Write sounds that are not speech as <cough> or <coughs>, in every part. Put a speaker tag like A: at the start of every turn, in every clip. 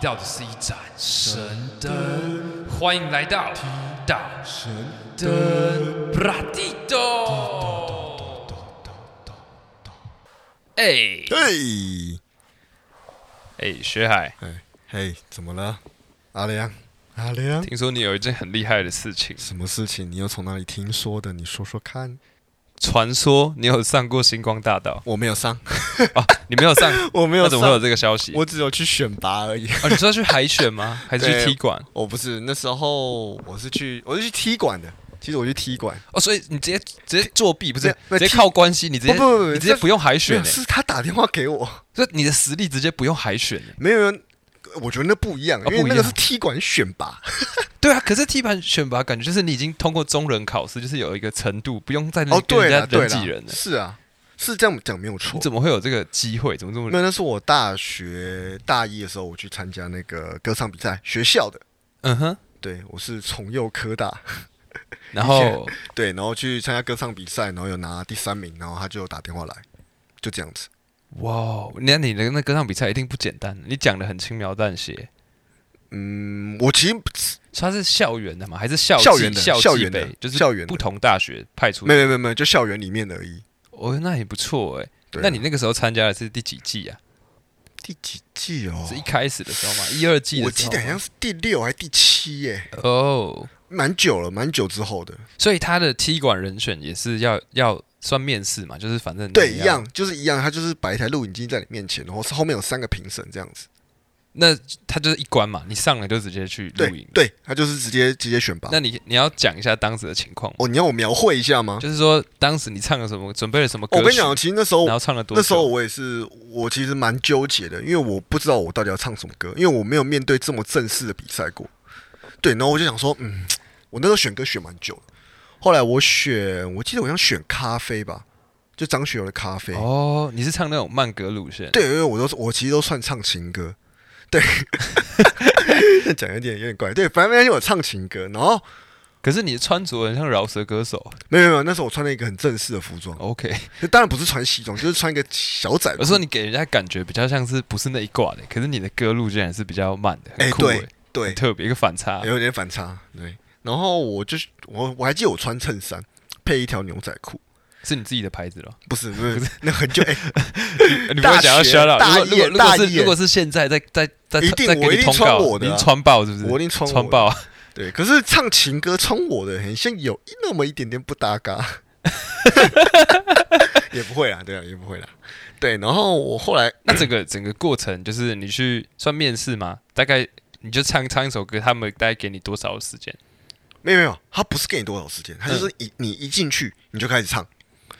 A: 到的是一盏神灯，欢迎来到提到神灯布拉蒂多。哎
B: 嘿，
A: 哎，学海，
B: 哎嘿，怎么了？阿良，阿良，
A: 听说你有一件很厉害的事情，
B: 什么事情？你又从哪里听说的？你说说看。
A: 传说你有上过星光大
B: <laughs>
A: 道
B: 我没有上，
A: 啊？你没有上，
B: 我没
A: 那
B: 有
A: 怎么会有
B: 上，
A: 这个消息？
B: 我只有去选拔而已。
A: 哦，你是要去海选
B: <laughs>
A: 吗？还是去
B: 对
A: 踢馆？
B: <laughs> 我不是那时候，我是去，我是去踢馆的。其实我去踢馆，
A: 哦，所以你直接直接作弊，不是
B: 没有
A: 直接
B: 踢
A: 靠关系，你直接
B: 不不不不
A: 你直接
B: 这
A: 不用海
B: 没
A: 选
B: 有
A: 欸，
B: 是他打电话给我，
A: 所以你的实力直接不用海选欸。
B: 没有人。我觉得那不一样，
A: 啊
B: 因为
A: 不一
B: 那个
A: 样
B: 是踢馆选拔，
A: 对啊，可是踢盘选拔感觉就是你已经通过中人考试，就是有一个程度，不用再那
B: 哦，
A: 跟
B: 对
A: 人家
B: 了，对
A: 人挤人
B: 了，
A: 了。
B: 是啊，是这样讲没有错
A: 你。怎么会有这个机会？怎么这么
B: 没有，那是我大学大一的时候，我去参加那个歌唱比赛，学校的。
A: 嗯哼？
B: 对，我是重佑科大，
A: 然后
B: 对，然后去参加歌唱比赛，然后有拿第三名，然后他就打电话来，就这样子。
A: 哇哦，那你的那歌唱比赛一定不简单，你讲的很轻描淡写。
B: 嗯，我其实
A: 所以它是校园的吗？还是校
B: 校
A: 际
B: 园的
A: 校
B: 校
A: 际
B: 园的
A: 杯就是
B: 校园的
A: 不同大学派出
B: 没。有没有没有，就校园里面的而已。
A: 哦，那也不错哎。
B: 对啊
A: 那你那个时候参加的是第几季啊？
B: 第几季哦
A: 是一开始的时候吗？一二季
B: 我
A: 的时
B: 记
A: 候
B: 得
A: 吗？
B: 好像是第六还是第七耶，
A: 哦，
B: 蛮久了，蛮久之后的。
A: 所以他的踢馆人选也是要要算面试嘛，就是反正你
B: 对，一
A: 要
B: 样，就是一样，他就是摆一台录影机在你面前，然后是后面有三个评审这样子。
A: 那他就是一关嘛，你上来就直接去录
B: 对
A: 影。
B: 对，他就是直接直接选拔。
A: 那你你要讲一下当时的情况吗，
B: 哦，你要我描绘一下吗？
A: 就是说当时你唱了什么，准备了什么歌
B: 哦
A: 曲，
B: 我跟你讲，其实那时候
A: 然后唱了多久？
B: 那时候我也是，我其实蛮纠结的，因为我不知道我到底要唱什么歌，因为我没有面对这么正式的比赛过。对，然后我就想说，嗯，我那时候选歌选蛮久的，后来我选，我记得我想选咖啡吧，就张学友的咖啡。
A: 哦，你是唱那种慢歌路线，
B: 对，因为我都是我其实都算唱情歌，
A: <laughs>
B: 对，讲有点有点怪。对，反正那天我唱情歌，然后
A: 可是你的穿着很像饶舌歌手。
B: 没有没有，那时候我穿了一个很正式的服装，
A: OK，
B: 当然不是穿西装，就是穿一个小仔
A: 哦我说你给人家感觉比较像是不是那一挂的，可是你的歌路竟然是比较慢的，很
B: 哎
A: 酷
B: 对
A: 欸
B: 对
A: 很，特别一个反差。
B: 有点反差。对，然后我就是我我还记得我穿衬衫配一条牛仔裤，
A: 是你自己的牌子咯。
B: 不是不
A: <laughs>
B: 是，那很久哎、
A: 你不会想要
B: 大学
A: shout out？
B: 大
A: 如果
B: 一
A: 如
B: 耶
A: 果如果
B: 大一
A: 是
B: 耶
A: 如果是现在在在在
B: 一定
A: 在给
B: 我一
A: 你
B: 定
A: 通告，
B: 穿我的
A: 你
B: 啊
A: 穿爆是不是？
B: 我一定穿我
A: 穿
B: 的
A: 爆啊，
B: 对，可是唱情歌穿我的很像有那么一点点不搭
A: <laughs>
B: 嘎，也不会啦，对啊，也不会啦，对。然后我后来
A: 那整个整个过程就是你去算面试吗？大概你就唱唱一首歌，他们大概给你多少时间？
B: 没有没有，他不是给你多少时间，他
A: 嗯
B: 就是一、你一进去你就开始唱，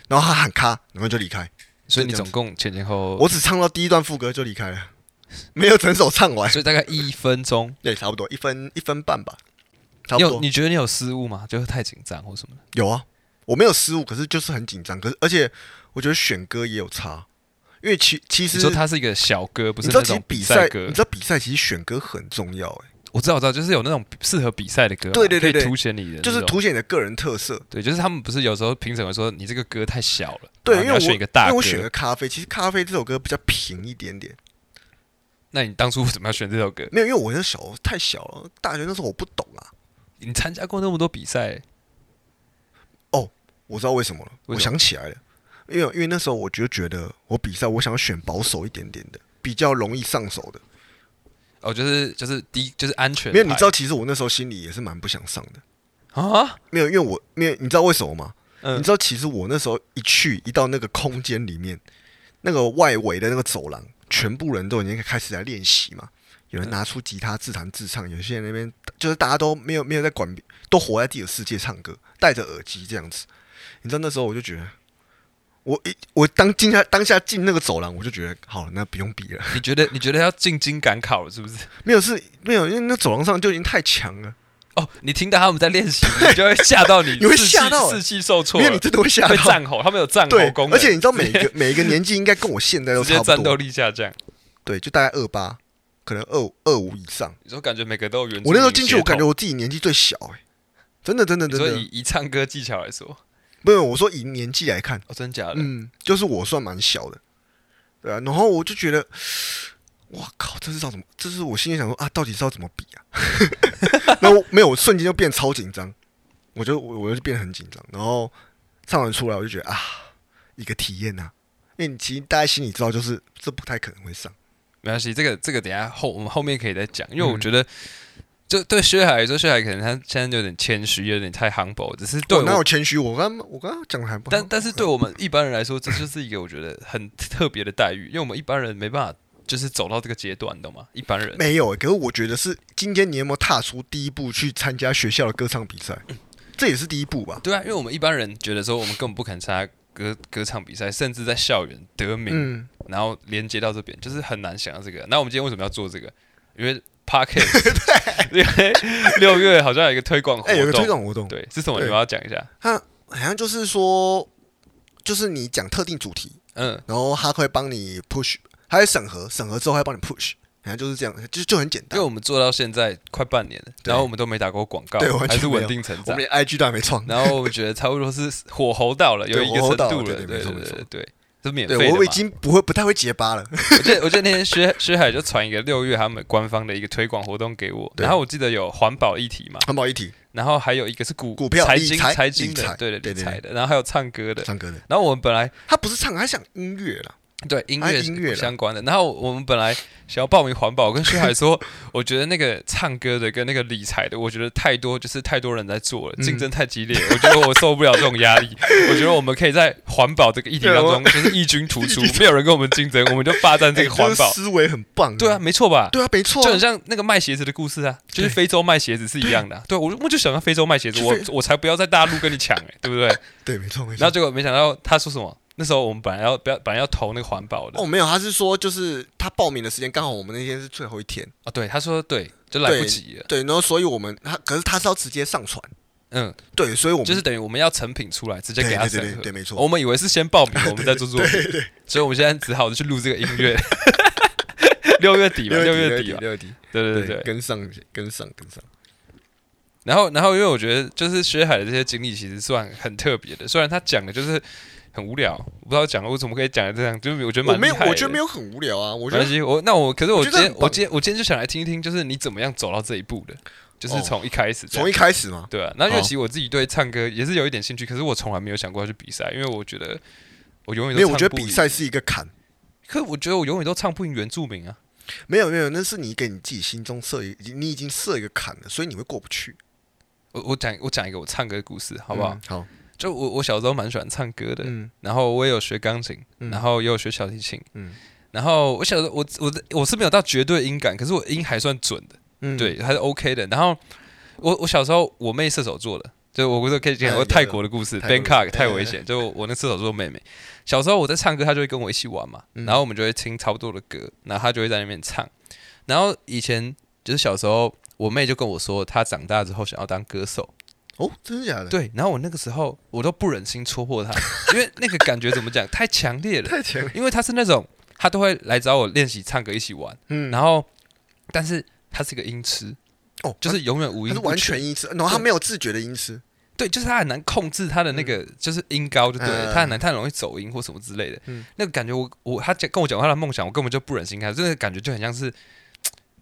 B: 然后他喊咔，然后就离开。
A: 所以你
B: 是这样
A: 总
B: 子
A: 共前前后后，
B: 我只唱到第一段副歌就离开了，没有整首唱完，
A: 所以大概一分钟。
B: 对，差不多一分一分半吧， <laughs> 差
A: 你
B: 不
A: 有
B: 多。
A: 你觉得你有失误吗？就是太紧张或什么的？
B: 有啊，我没有失误，可是就是很紧张。可是而且我觉得选歌也有差，因为其其实
A: 你说它是一个小歌，不
B: 你
A: 是
B: 知
A: 那
B: 道其实
A: 种
B: 比
A: 赛
B: 赛，
A: 歌
B: 你知。道比赛其实选歌很重要、欸，
A: 我知道，我知道，就是有那种适合比赛的歌嘛，
B: 对对对
A: 可以
B: 对
A: 凸显你的那
B: 就是
A: 种
B: 凸显你的个人特色。
A: 对，就是他们不是有时候评审会说你这个歌太小了，
B: 对，
A: 然
B: 因
A: 后啊
B: 为
A: 你要
B: 我
A: 选一个大
B: 因为
A: 歌
B: 我。选了咖啡，其实咖啡这首歌比较平一点点。
A: 那你当初为什么要选这首歌？
B: 没有，因为我那时候太小了，大学那时候我不懂啊。
A: 你参加过那么多比赛，
B: 我知道为什么了，
A: 为
B: 我
A: 什么
B: 想起来了，因为因为那时候我就觉得我比赛我想选保守一点点的，比较容易上手的。
A: 哦，就是就是第一就是安全牌，
B: 没有，你知道其实我那时候心里也是蛮不想上的。
A: 啊？
B: 没有，因为我没有，你知道为什么吗？
A: 嗯
B: 你知道，其实我那时候一去一到那个空间里面，那个外围的那个走廊，全部人都已经开始在练习
A: 嗯
B: 嘛。有人拿出吉他自弹自唱，有些人那边就是大家都没有没有在管，都活在自己的世界唱歌，戴着耳机这样子。你知道那时候我就觉得，我一我当进下当下进那个走廊，我就觉得好了，那不用比了。
A: 你觉得你觉得要进京赶考了是不是？
B: 没有是没有，因为那走廊上就已经太强了，
A: 哦，你听到他们在练习，你就会吓到你，
B: <laughs> 你会
A: 士气
B: 吓到欸
A: 士气受挫
B: 因
A: 了，
B: 为你真的会吓
A: 会
B: 到。
A: 战吼，他们有战吼
B: 对
A: 功，能，
B: 而且你知道
A: <laughs>
B: 每个每一个年纪应该跟我现在都
A: 直接
B: 差不
A: 战斗
B: 多，
A: 力下降。
B: 对，就大概二八，可能二二五以上。
A: 你说感觉每个都有原住民血统，
B: 我那时候进去，我感觉我自己年纪最小、欸，真的，真的，
A: 你
B: 真
A: 说
B: 的
A: 以，以唱歌技巧来说，
B: 不是我说以年纪来看，嗯
A: 哦，真假的？
B: 嗯，就是我算蛮小的，对啊，然后我就觉得哇靠，这是要怎么？这是我心里想说啊，到底是要怎么比啊？ <laughs> 然后没有，我瞬间就变超紧张，我就我我就变得很紧张。然后唱完出来，我就觉得啊，一个体验呐、啊，因为你其实大家心里知道，就是这不太可能会上。
A: 没关系，这个这个等一下后我们后面可以再讲，因
B: 嗯
A: 为我觉得。就对薛海来说，薛海可能他现在有点谦虚，有点太 humble，只是对
B: 我哪有
A: 我，
B: 谦虚？我刚我刚刚讲的还不好，
A: 但但是对我们一般人来说，这就是一个我觉得很特别的待遇，因为我们一般人没办法就是走到这个阶段，你懂吗？一般人
B: 没有欸、可是我觉得是今天你有没有踏出第一步去参加学校的歌唱比赛？
A: 嗯
B: 这也是第一步吧？
A: 对啊，因为我们一般人觉得说我们根本不肯参加歌歌唱比赛，甚至在校园得名，
B: 嗯，
A: 然后连接到这边，就是很难想到这个。那我们今天为什么要做这个？因
B: <laughs>
A: 为 podcast，因为六月好像有一个推广活
B: 哎、
A: 动，
B: 有个推广活动，
A: 对是什么？你
B: 对
A: 们要讲一下？
B: 它好像就是说，就是你讲特定主题，
A: 嗯，
B: 然后他会帮你 push，他会审核，审核之后还帮你 push，好像就是这样，就就很简
A: 因
B: 单
A: 为。我们做到现在快半年了，
B: 对
A: 然后我们都没打过广告，
B: 对完全
A: 还是
B: 没有
A: 稳定成
B: 我
A: 长
B: 们。连 IG 都还没 <laughs> 创，
A: 然后我觉得差不多是火候到了，有
B: 对
A: 一个程
B: 火
A: 度
B: 候到了
A: 了，
B: 对对
A: 对
B: 没错
A: 对
B: 没
A: 对
B: 错
A: 对，这免
B: 对
A: 费的
B: 我
A: 嘛
B: 我已。经不会不太会结
A: <laughs>
B: 巴了。
A: 我记得我记得那天薛 <laughs> 薛海就传一个六月他们官方的一个推广活动给我，
B: 对
A: 然后我记得有环保议题嘛，
B: 环保一体，
A: 然后还有一个是股
B: 股票
A: 财
B: 理
A: 经
B: 财
A: 财经
B: 理
A: 的，
B: 财
A: 对的
B: 对
A: 理
B: 对
A: 财的，然后还有唱歌的。
B: 唱歌的，
A: 然后我们本来
B: 他不是唱，他讲音乐啦。
A: 对音
B: 啊
A: 乐
B: 音乐啦
A: 相关的，然后我们本来想要报名环保，我跟薛海
B: <laughs>
A: 说，我觉得那个唱歌的跟那个理财的，我觉得太多就是太多人在做了，
B: 嗯
A: 竞争太激烈，我觉得我受不了这种压
B: <laughs>
A: 力。我觉得我们可以在环保这个议题
B: 对
A: 当
B: 我
A: 中就是异军突
B: <laughs>
A: 出，没有人跟我们竞争，我们就霸占这
B: 哎
A: 个环
B: 就是
A: 保。
B: 思维很棒。
A: 对啊，，没错吧？
B: 对啊，没错
A: 就
B: 啊、
A: 很像那个卖鞋子的故事啊，就是
B: 对
A: 非洲卖鞋子是一样
B: <laughs>
A: 的啊、对，我就我就想要非洲卖鞋子，
B: 就
A: 我
B: 非
A: 我才不要在大陆跟你抢、欸，
B: <laughs>
A: 对不对？
B: 对，没错没错。
A: 然后结果没想到他说什么，那时候我们本来要不要本来要投那个环保的，
B: 哦，没有，他是说就是他报名的时间刚好我们那天是最后一天，
A: 哦，对，他说对，就来不及了。
B: 对，然后所以我们他可是他是要直接上传，
A: 嗯，
B: 对，所以我们
A: 就是等于我们要成品出来，直接
B: 对
A: 给他哦
B: 对
A: 审
B: 对
A: 核
B: 对，。没错，
A: 我们以为是先报名，我们再做作品， <laughs> 所以我们现在只好去录这个音乐。 <laughs> 六月底吧，六月底吧，
B: 六月底，
A: 对对
B: 对
A: 对对。
B: 跟上跟上跟上，
A: 然后，然后，因为我觉得就是薛海的这些经历其实算很特别的，虽然他讲的就是很无聊，我不知道讲我怎么可以讲的这样，就是我觉得
B: 我
A: 蛮
B: 没
A: 厉
B: 有，
A: 害的。
B: 我觉得没有很无聊啊，我
A: 没
B: 觉
A: 关
B: 得
A: 系，我那我可是我
B: 我
A: 今
B: 觉得很
A: 天我
B: 棒
A: 今天我今天就想来听一听，就是你怎么样走到这一步的，就是
B: 哦
A: 从一开始这样
B: 从一开始嘛，
A: 对啊，那因为
B: 好
A: 其实我自己对唱歌也是有一点兴趣，可是我从来没有想过要去比赛，因为我觉得我永远都
B: 没有，
A: 唱
B: 我觉得
A: 不赢
B: 比，赛是一个坎，
A: 可是我觉得我永远都唱不赢原住民啊。
B: 没有没有，那是你给你自己心中设一，你已经设一个坎了，所以你会过不去，
A: 我我讲我讲一个我唱歌的故事好不好？
B: 嗯？好，
A: 就我我小时候蛮喜欢唱歌的，
B: 嗯
A: 然后我也有学钢琴，
B: 嗯
A: 然后也有学小提琴，
B: 嗯
A: 然后我小时候我我的我是没有到绝对音感，可是我音还算准的，
B: 嗯，
A: 对，还是 OK 的。然后我我小时候我妹射手座的，就我不是可以讲
B: 哎
A: 过
B: 有
A: 泰国的故事
B: 泰国哎
A: ，Bangkok
B: 对
A: 太危险。就我那射手座妹妹，小时候我在唱歌，她就会跟我一起玩嘛，
B: 嗯
A: 然后我们就会听差不多的歌，然后她就会在那边唱。然后以前就是小时候，我妹就跟我说，她长大之后想要当歌手。
B: 哦，真的假的？，
A: 对，然后我那个时候我都不忍心戳破她，因为那个感觉怎么讲太强烈了，
B: 太强了，
A: 因为她是那种她都会来找我练习唱歌一起玩，
B: 嗯，
A: 然后但是她是个音痴。
B: 哦，
A: <laughs> 就是永远无
B: 他
A: 音
B: 是
A: 不
B: 完全音痴，然后他没有自觉的音痴，
A: 对，就是他很难控制他的那个，就是音高，就对了，
B: 嗯
A: 他很难，他很容易走音或什么之类的。
B: 嗯
A: 那个感觉我，我他讲跟我讲他的梦想，我根本就不忍心看，这个感觉就很像是，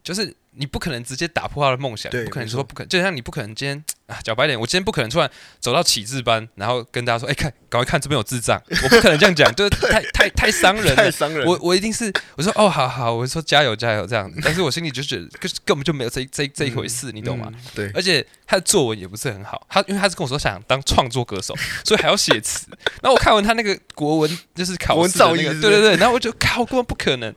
A: 就是你不可能直接打破他的梦想，
B: 对
A: 不可能
B: 没
A: 说
B: 错
A: 不可，就像你不可能今天啊，讲白点，我今天不可能突然走到启智班，然后跟大家说，哎、看，赶快看这边有智
B: <laughs>
A: 障，我不可能这样讲，就是太太太伤人了
B: 太。伤人了，
A: 我我一定是我说哦，好好，我说加油加油这样，但是我心里就觉得根根本就没有这一这一这一回事，你懂吗？
B: 嗯？对，
A: 而且他的作文也不是很好，他因为他是跟我说想当创作歌手，所以还要写词。 <laughs> 然后我看完他那个国文就是考试的那
B: 国文造
A: 个，
B: 诣是不
A: 对
B: 是
A: 对对，然后我就靠，根本不可能。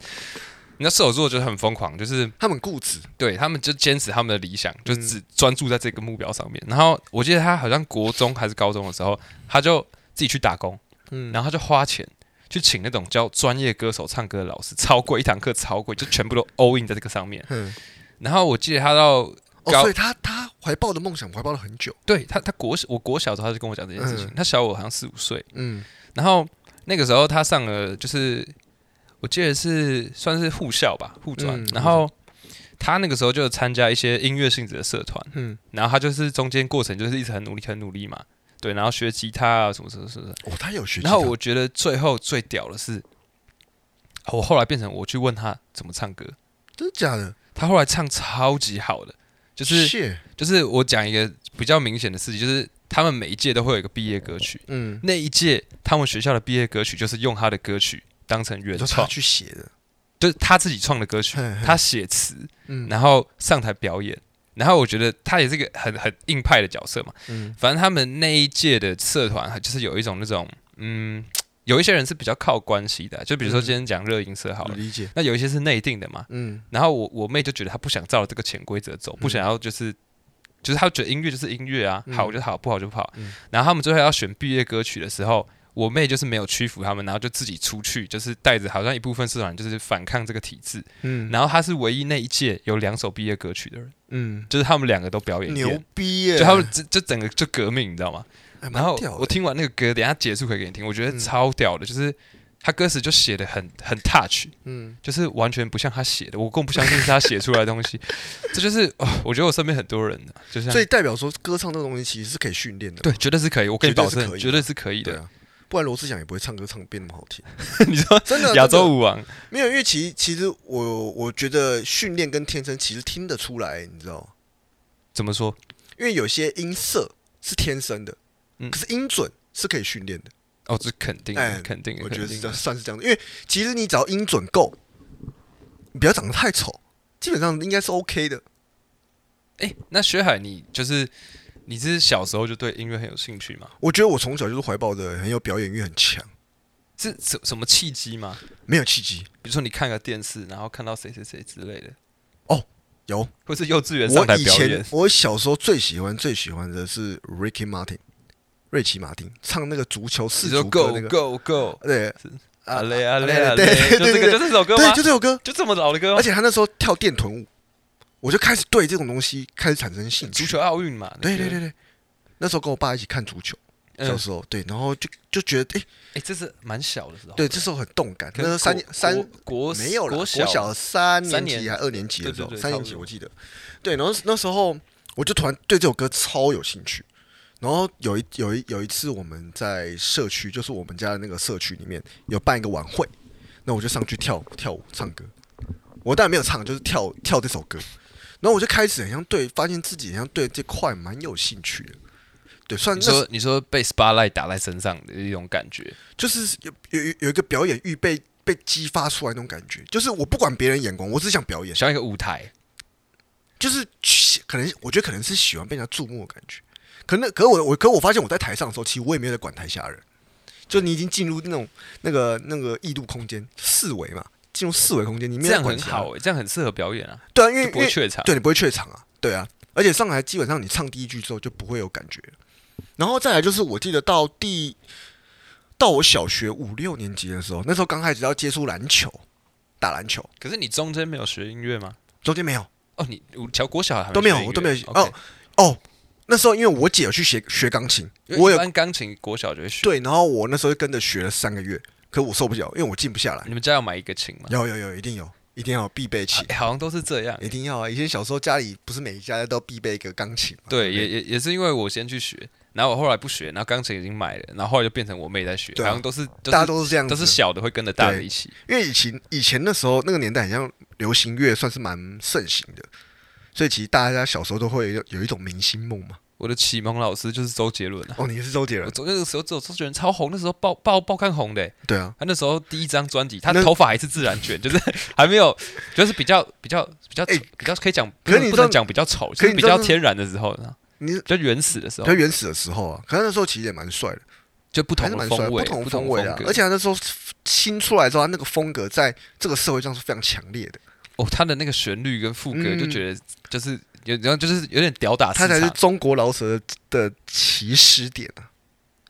A: 你知道射手座就是很疯狂，就是
B: 他们固执，
A: 对他们就坚持他们的理想，就
B: 嗯
A: 只专注在这个目标上面。然后我记得他好像国中还是高中的时候，他就自己去打工，
B: 嗯
A: 然后他就花钱去请那种教专业歌手唱歌的老师，超贵，一堂课超贵，就全部都 all in 在这个上面。
B: 嗯，
A: 然后我记得他到
B: 哦，
A: 高
B: 所以他他怀抱的梦想怀抱了很久，
A: 对他，他国小我国小的时候他就跟我讲这件事情，
B: 嗯
A: 他小我好像四五岁，
B: 嗯
A: 然后那个时候他上了就是我记得是算是护校吧，护专，
B: 嗯
A: 然后他那个时候就参加一些音乐性质的社团，
B: 嗯，
A: 然后他就是中间过程就是一直很努力很努力嘛，对，然后学吉他啊什么什么什么，
B: 哦，他有学吉他，
A: 然后我哦觉得最后最屌的是，我后来变成我去问他怎么唱歌，
B: 真的假的？
A: 他后来唱超级好的，就是
B: 谢，
A: 就是我讲一个比较明显的事情，就是他们每一届都会有一个毕业歌曲，
B: 嗯，
A: 那一届他们学校的毕业歌曲就是用他的歌曲当成原
B: 你说他
A: 创，
B: 去写的，
A: 就是他自己创的
B: <laughs>
A: 歌曲，
B: 嘿嘿
A: 他写词，
B: 嗯
A: 然后上台表演。然后我觉得他也是一个很很硬派的角色嘛，
B: 嗯
A: 反正他们那一届的社团就是有一种那种，嗯，有一些人是比较靠关系的啊，就比
B: 嗯
A: 如说今天讲热音社好了，
B: 理解，
A: 那有一些是内定的嘛，
B: 嗯
A: 然后我我妹就觉得她不想照这个潜规则走，不想要就是。就是她觉得音乐就是音乐啊，
B: 嗯
A: 好就好，不好就不好。
B: 嗯
A: 然后他们最后要选毕业歌曲的时候，我妹就是没有屈服他们，然后就自己出去，就是带着好像一部分社团就是反抗这个体制。
B: 嗯
A: 然后她是唯一那一届有两首毕业歌曲的人，
B: 嗯，
A: 就是他们两个都表演一
B: 牛
A: 遍，
B: 逼耶！
A: 就他们这这整个就革命，你知道吗？
B: 还
A: 然
B: 蛮
A: 后
B: 屌的
A: 我听完那个歌，等一下结束可以给你听，我觉得
B: 嗯
A: 超屌的，就是他歌词就写的很很 touch，
B: 嗯
A: 就是完全不像他写的，我更不相信是他写出来的东
B: <laughs>
A: 西。这就是、哦、我觉得我身边很多人、啊，就像
B: 所以代表说歌唱这个东西其实是可以训练的嘛，
A: 对，绝对是可以，我跟你保证，绝
B: 绝
A: 对
B: 对
A: 是可以
B: 对
A: 的。
B: 啊，不然罗志祥也不会唱歌唱变那么
A: <laughs>
B: 好听。
A: 你说
B: 真的，
A: 亚
B: 真的
A: 洲舞王，
B: 没有，因为其实其实我我觉得训练跟天生其实听得出来，你知道吗？
A: 怎么说？
B: 因为有些音色是天生的，
A: 嗯
B: 可是音准是可以训练的。
A: <laughs> 哦，这肯定的，
B: 哎
A: 肯定的，
B: 我觉得
A: 肯
B: 是这
A: 定
B: 样，
A: 的
B: 算是这样的。因为其实你只要音准够，你不要长得太丑，基本上应该是 OK 的。
A: 哎，那薛海，你就是你是小时候就对音乐很有兴趣吗？
B: 我觉得我从小就是怀抱着很有表演欲很强，
A: 是什什么契机吗？
B: 没有契机。
A: 比如说你看个电视，然后看到谁谁谁之类的，
B: 哦有
A: 或是幼稚园上
B: 我
A: 台
B: 以
A: 表
B: 前
A: 演，
B: 我小时候最喜欢最喜欢的是 Ricky Martin，瑞奇马丁唱那个足球
A: 你
B: 四
A: 说
B: 足歌
A: Go
B: 那个，
A: Go Go，
B: 对，
A: 啊嘞啊嘞
B: 啊
A: 啊
B: 对
A: 嘞，
B: 对
A: 就这
B: 对
A: 个
B: 对
A: 就是这首歌吗
B: 对，就？这首歌。
A: 就这么老的歌吗
B: 而？且他那时候跳电臀舞，我就开始对这种东西开始产生兴趣。
A: 足球奥运嘛，
B: 对
A: 那
B: 对
A: 个
B: 对对，那时候跟我爸一起看足球，小
A: 嗯，
B: 时候对，然后就就觉得哎、诶
A: 哎，这是蛮小的时候，
B: 对，这时候很动感。
A: 可
B: 那
A: 能
B: 时候三
A: 国
B: 年三
A: 国
B: 没有了，
A: 国
B: 国
A: 小
B: 小三
A: 三
B: 年级
A: 年
B: 还二年级的时候
A: 对对，对
B: 三年
A: 差
B: 级
A: 不多
B: 我记得。对，然后那时候我就突然对这首歌超有兴趣。然后有一有一有一次我们在社区，就是我们家的那个社区里面有办一个晚会，那我就上去跳跳舞唱歌。我当然没有唱，就是跳跳这首歌。然后我就开始好像对，发现自己好像对这块蛮有兴趣的。对，算
A: 你
B: 那
A: 说你说被 spotlight 打在身上的一种感觉，
B: 就是有有有有一个表演欲被被激发出来那种感觉，就是我不管别人眼光，我只想表演，
A: 像一个舞台，
B: 就是喜可能我觉得可能是喜欢被人家注目的感觉。可能可我我可我发现我在台上的时候，其实我也没有在管台下人，就你已经进入那种那个那个异度空间四维嘛，进入四维空间，你没
A: 这
B: 有在
A: 样
B: 管
A: 很
B: 其他人
A: 好诶，这样很适合表演啊，
B: 对啊，因为
A: 就
B: 因
A: 不会
B: 为
A: 怯场。
B: 对你不会怯场啊，对啊，而且上台基本上你唱第一句之后就不会有感觉了然后再来就是，我记得到第到我小学五六年级的时候，那时候刚开始要接触篮球，打篮球，
A: 可是你中间没有学音乐吗？
B: 中间没有
A: 哦，你我小国小还
B: 都没有
A: 学音乐
B: 我都没有学
A: OK
B: 哦哦。那时候因为我姐有去学学钢琴，
A: 因为
B: 我
A: 一
B: 有
A: 般钢琴国小就会学。
B: 对，然后我那时候就跟着学了三个月，可我受不了，因为我静不下来。
A: 你们家要买一个琴吗？
B: 有有有，一定有，一定要有必备琴，
A: 哎好像都是这样。
B: 一定要啊！以前小时候家里不是每一家都必备一个钢琴嘛？
A: 对，
B: 不
A: 也也也是因为我先去学，然后我后来不学，然后钢琴已经买了，然后后来就变成我妹在学，
B: 对
A: 好
B: 啊
A: 像都是都
B: 大家
A: 是
B: 都是这样子
A: 都
B: 的，
A: 是小的会跟着大的
B: 对
A: 一起。
B: 因为以前以前那时候那个年代，好像流行乐算是蛮盛行的，所以其实大家小时候都会有有一种明星梦嘛。
A: 我的启蒙老师就是周杰伦啊。
B: 哦，你也是周杰
A: 我
B: 伦？
A: 走那个时候，只有周杰伦超红，那时候爆爆爆看红的欸。
B: 对啊，
A: 他那时候第一张专辑，他
B: 那
A: 头发还是自然
B: <laughs>
A: 卷，就是还没有，就是比较比较比较
B: 哎
A: 比较可以讲，不
B: 可是
A: 能
B: 你
A: 不
B: 知道
A: 能讲比较丑，
B: 可
A: 就是是
B: 你
A: 比
B: 知道
A: 较天然的时候，你知道
B: 你是
A: 比较原始的时
B: 比
A: 候
B: 较，原始的时候啊，可是那时候其实也蛮帅的，
A: 就不
B: 还
A: 同
B: 是
A: 的
B: 蛮帅
A: 风
B: 的，
A: 味，
B: 同
A: 不
B: 风
A: 味
B: 味啊。
A: 格
B: 而且他那时候新出来之后，他那个风格在这个社会上是非常强烈的，
A: 哦，他的那个旋律跟副歌
B: 嗯
A: 就觉得就是有，然后就是有点吊打市
B: 他才是
A: 场。
B: 中国饶舌的起始点啊。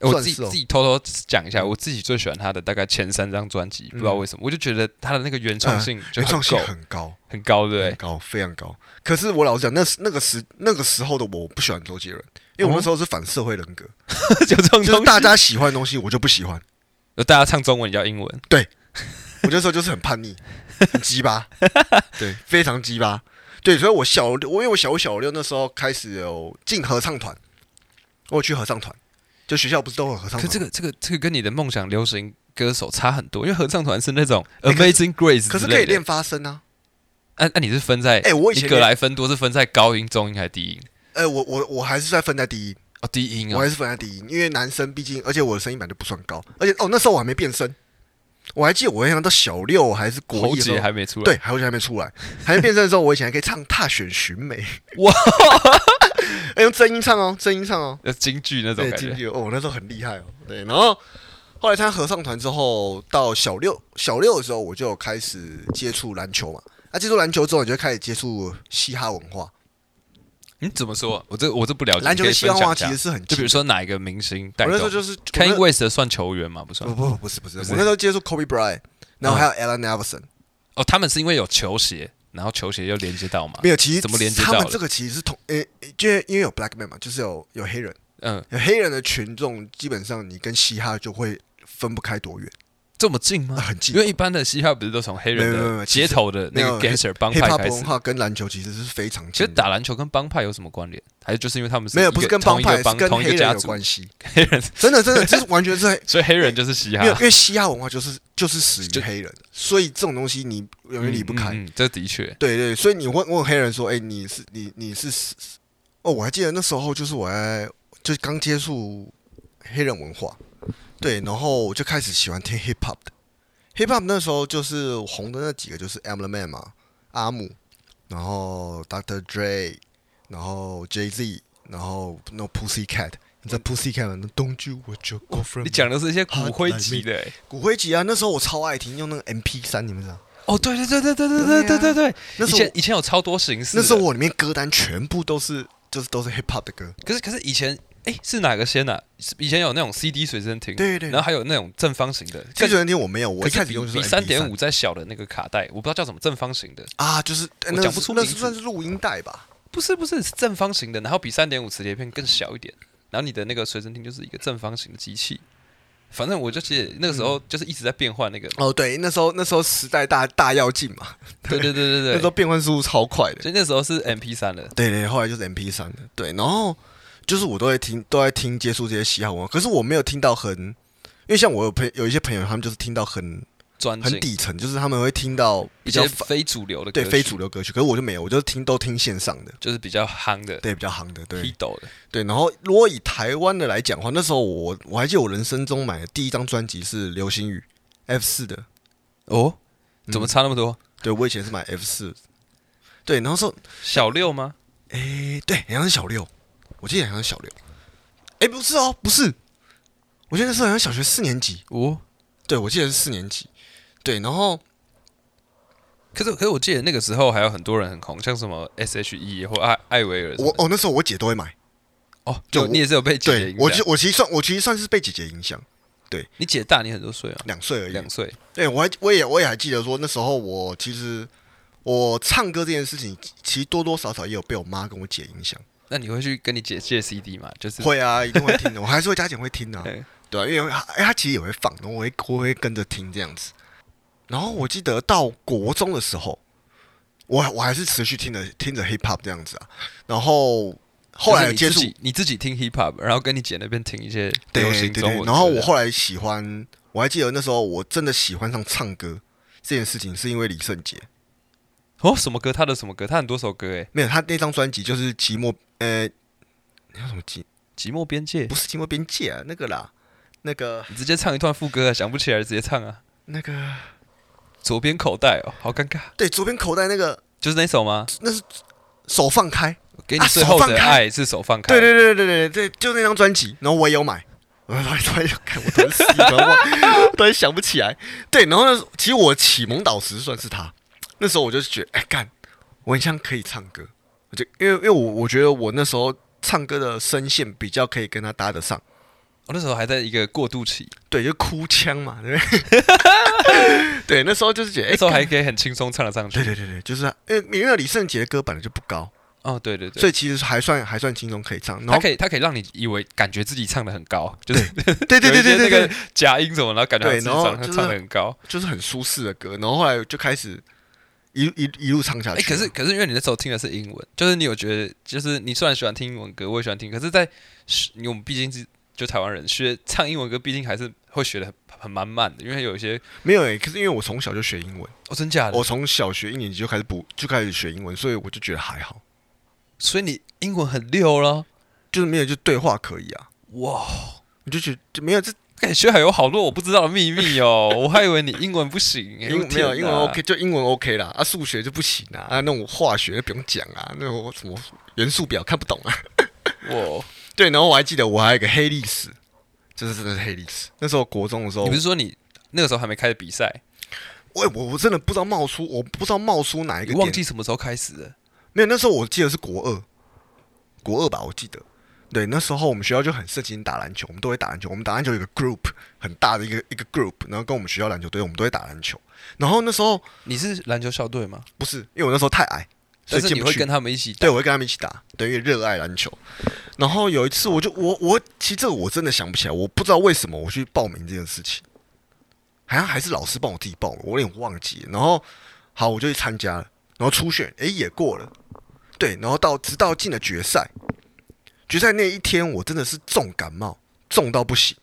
A: 哎我
B: 算
A: 自己
B: 是哦
A: 自己偷偷讲一下，我自己最喜欢他的大概前三张专辑，不知道为什么，我就觉得他的那个原创性就
B: 嗯啊原
A: 很
B: 创性
A: 够，
B: 很嗯高，
A: 很高，对
B: 很
A: 不
B: 高，非常高。可是我老实讲，那时那个时那个时候的我不喜欢周杰伦，因为我那时候是反社会人格，
A: 对？ <laughs> 就这种
B: 就是
A: 东
B: 大家喜欢哦的东西我就不喜欢。 <laughs>
A: 西，大家唱中文，你叫英文。
B: 我那时候就是很叛逆，很鸡 <laughs> 巴，对，非常鸡巴，对，所以我小六，我因为我小五小六那时候开始有进合唱团，我有去合唱团，就学校不是都有合唱
A: 可
B: 团，
A: 这
B: 个
A: 个这个这个跟你的梦想流行歌手差很多，因为合唱团是那种
B: 哎可
A: Amazing Grace
B: 可是
A: 之类
B: 可以
A: 的
B: 练发声啊，
A: 那、那你是分在？
B: 哎我以
A: 你
B: 前
A: 葛
B: 也
A: 莱芬多是分在高音、中音还是低音？
B: 哎、我我我还是在分在第一，
A: 哦，低音哦
B: 我还，是分在第一，因为男生毕竟，而且我的声音版就不算高，而且哦那时候我还没变声，我还记得我好像到小六还是国
A: 喉
B: 一的时
A: 结
B: 候，
A: 还没出来。
B: 对，还有还没出来，还没变声的时候，我以前还可以唱《踏雪寻梅》
A: <laughs> 哇，
B: <laughs> 哎、用真音唱哦，真音唱哦，
A: 呃，京剧那种
B: 对，
A: 感
B: 进
A: 觉。
B: 去哦，那时候很厉害哦，对，然后。后来参加合唱团之后，到小六小六的时候，我就开始接触篮球嘛。那、接触篮球之后，你就开始接触嘻哈文化。
A: 你嗯怎么说？我这我这不了解。
B: 篮球的
A: 你可
B: 西
A: 以
B: 方
A: 分
B: 文化
A: 享一
B: 其
A: 下
B: 实是很近
A: 就
B: 的，
A: 比如说哪一个明星带
B: 我
A: 动
B: 那时候就是我那
A: Kanye West 算球员吗？不算
B: 不。不不是不是，
A: 不
B: 我
A: 是啊
B: 那时候接触 Kobe Bryant，然后还有 Allen Iverson，
A: 哦，他们是因为有球鞋，然后球鞋又连接到嘛。
B: 没有，其实
A: 怎么连接
B: 他
A: 到
B: 们
A: 的
B: 这个其实是同，呃，因为因为有 Black Man 嘛，就是有有黑人，
A: 嗯，
B: 有黑人的群众，基本上你跟嘻哈就会分不开多远，
A: 这么近吗
B: 啊？很近
A: 因。为一般的嘻哈不是都从黑
B: 没
A: 人
B: 有没有没
A: 的
B: 有其
A: 街
B: 实
A: 头的那个
B: 没有
A: gangster 帮
B: 黑
A: 派
B: p
A: 开始
B: 文？化跟篮球其实是非常
A: 其
B: 近
A: 实
B: 的，
A: 打篮球跟帮派有什么关联？还是就是因为他们
B: 没有
A: 一
B: 不是
A: 个
B: 跟
A: 同
B: 帮
A: 一个
B: 派，是
A: 帮
B: 跟
A: 同一
B: 黑
A: 个家
B: 人有
A: 族，
B: 关系。
A: <laughs> 黑人，
B: 真的真的，这是完
A: <laughs>
B: 全是
A: 所以黑人就是嘻哈
B: 没有，因为嘻哈文化就是就是死
A: 就
B: 于黑人，所以这种东西你永远离不开。
A: 嗯，嗯嗯这的确
B: 对对，所以你问问黑人说，哎、你是你你是是是哦，我还记得那时候就是我在就刚接触黑人文化，对，然后我就开始喜欢听 hip hop 的，hip hop 那时候就是红的那几个就是 Eminem 嘛，阿姆，然后 Dr. Dre，然后 Jay Z，然后那 Pussy Cat，你知道 Pussy Cat 吗？Don't you w a t your girlfriend？
A: 你讲的是一些骨灰级的、欸。
B: 骨灰级啊，那时候我超爱听，用那个 MP 三，你们知道？
A: 哦，对对对对对对对对对对，
B: 啊那
A: 以
B: 时候
A: 前以前有超多形式的，
B: 那时候我里面歌单全部都是就是都是 hip hop 的歌，
A: 可是可是以前哎是哪个先啊？是以前有那种 CD 随身听，
B: 对对对
A: 然后还有那种正方形的，
B: 这
A: 更
B: 首天我没有，我
A: 可
B: 一
A: 是
B: 开始
A: 比
B: 用就是
A: 比
B: MP3
A: 三点五再小的那个卡带，我不知道叫什么正方形的，
B: 啊，就是呃
A: 我
B: 那
A: 讲
B: 是
A: 不出
B: 那
A: 名
B: 是
A: 字
B: 算是录音带吧？
A: 不是不是是正方形的，然后比三点五磁碟片更小一点，然后你的那个随身听就是一个正方形的机器。反正我就记得那个时
B: 嗯
A: 候就是一直在变换那个，
B: 哦，对，那时候那时候时代大大跃进嘛，
A: 对对对
B: 那
A: 对
B: 时
A: 对，
B: 候变换速度超快的。
A: 所以那时候是 MP 三了，
B: 对对，后来就是 MP 三的，对，然后就是我都会听，都在听接触这些嘻哈文化，可是我没有听到很，因为像我有朋有一些朋友，他们就是听到很
A: 专
B: 很
A: 进
B: 底层，就是他们会听到比
A: 一
B: 较
A: 些
B: 反
A: 非主流的歌
B: 对
A: 曲，
B: 非主流歌曲，可是我就没有，我就听都听线上的，
A: 就是比较夯的
B: 对，比较行的，对
A: h i，t 的，
B: 对，然后如果以台湾的来讲的话，那时候我我还记得我人生中买的第一张专辑是流星雨 F 四的，
A: 哦，
B: 嗯
A: 怎么差那么多？
B: 对我以前是买 F 四，对，然后说，
A: 小六吗？
B: 诶，对，好像是小六，我记得好像是小六，诶，不是哦，不是，我记得那时候好像小学四年级，
A: 哦，
B: 对我记得是四年级，对，然后
A: 可是可是我记得那个时候还有很多人很红，像什么 S.H.E 或艾艾维尔什么
B: 我
A: 的。
B: 哦那时候我姐都会买，
A: 哦，
B: 就
A: 就你也是有被姐姐
B: 对
A: 影
B: 我其
A: 响
B: 实。我其实算我其实算是被姐姐影响，
A: 你姐大你很多岁啊，
B: 两岁而已，
A: 两岁。
B: 对，我还我也我也还记得说，那时候我其实我唱歌这件事情，其实多多少少也有被我妈跟我姐影响。
A: 那你会去跟你姐借 CD 吗？就是
B: 会啊，一定会听的，我还是会加减会听的啊、
A: 嗯
B: 对啊，因为她哎，她其实也会放，然后我会我会跟着听这样子。然后我记得到国中的时候，我我还是持续听着听着 hip hop 这样子啊。然后后来有
A: 就
B: 接
A: 是你自
B: 触
A: 己你自己听 hip hop，然后跟你姐那边听一些
B: 对
A: 流
B: 对
A: 行中文歌。
B: 对，然后我后来喜欢，我还记得那时候我真的喜欢上唱歌这件事情，是因为李圣杰。
A: 哦什么歌？他的什么歌？他很多首歌欸诶，
B: 没有，他那张专辑就是《寂寞》呃，那叫什么
A: 《
B: 寂？
A: 寂寞边界
B: 不》。是《寂寞边界》啊，那个啦，那个
A: 你直接唱一段副歌啊，想不起来直接唱啊。
B: 那个，
A: 左边口袋哦，好尴尬，
B: 对，左边口袋那个，
A: 就是那首吗？
B: 那是手放开。
A: 给你最
B: 啊手
A: 后
B: 放
A: 的
B: 开
A: 爱是手放开。
B: 对对对对对对，就那张专辑，然后我也有买。 <laughs> 我突然突然看，我突然死了，我突然想不起来。对，然后呢，其实我启蒙导师算是他。那时候我就觉得，哎，干，我很像可以唱歌。我就因为因为我我觉得我那时候唱歌的声线比较可以跟他搭得上。
A: 哦我那时候还在一个过渡期，
B: 对，就哭腔嘛，对不对？
A: <laughs>
B: 对，那时候就是觉得，哎、
A: 那时候还
B: 干
A: 可以很轻松唱得上
B: 对
A: 去。
B: 对对对，就是啊因为因为李圣杰的歌本来就不高，
A: 哦，对对对
B: 所，以其实还算还算轻松可以唱。然
A: 它
B: 后
A: 可以它可以让你以为感觉自己唱的很高，就是
B: 对对对
A: 有一些
B: 对对
A: 那
B: 对
A: 个，假音什么，然后感觉好像
B: 对
A: 自己
B: 然后
A: 唱
B: 就是
A: 唱的很高。
B: 就是很舒适的歌。然后后来就开始一一一路唱下
A: 哎，
B: 去。
A: 可是可是因为你那时候听的是英文，就是你有觉得，就是你虽然喜欢听英文歌，我也喜欢听，可是在，是因为我们毕竟是。就台湾人学唱英文歌，毕竟还是会学的很很蛮慢的，因为有一些
B: 没有诶、可是因为我从小就学英文，
A: 哦，真假的，
B: 我从小学一年级就开始补，就开始学英文，所以我就觉得还好，
A: 所以你英文很溜了，
B: 就是没有就对话可以啊，
A: 哇，
B: 我就觉得就没有这
A: 感觉还有好多我不知道的秘密哦，我还以为你英文不
B: <laughs>
A: 行、欸，
B: 英
A: 我
B: 没有
A: 天
B: 英文
A: 哪
B: OK 就英文 OK 啦，啊数学就不行啊，啊那种化学就不用讲啊，那种什么元素表看不懂啊，
A: 哇，
B: 对，然后我还记得我还有一个黑历史，就是真的是黑历史，那时候国中的时候
A: 你不，是说你那个时候还没开始比赛，
B: 我我我真的不知道冒出，我不知道冒出哪一
A: 你
B: 个
A: 忘
B: 点
A: 记什么时候开始的？
B: 没有，那时候我记得是国二，国二吧，我记得。对，那时候我们学校就很盛行打篮球，我们都会打篮球。我们打篮球有一个 group 很大的一个一个 group，然后跟我们学校篮球队，我们都会打篮球。然后那时候
A: 你是篮球校队吗？
B: 不是因为我那时候太矮，
A: 但
B: 所以
A: 是
B: 进
A: 你
B: 不
A: 会
B: 去。
A: 跟他们一起打
B: 对，我会跟他们一起打，等于热爱篮球。然后有一次我，就我我其实这个我真的想不起来，我不知道为什么我去报名这件事情，好像还是老师帮我自己报的，我有点忘记了。然后好，我就去参加了，然后初选，诶，也过了，对，然后到直到进了决赛，决赛那一天我真的是重感冒，重到不行。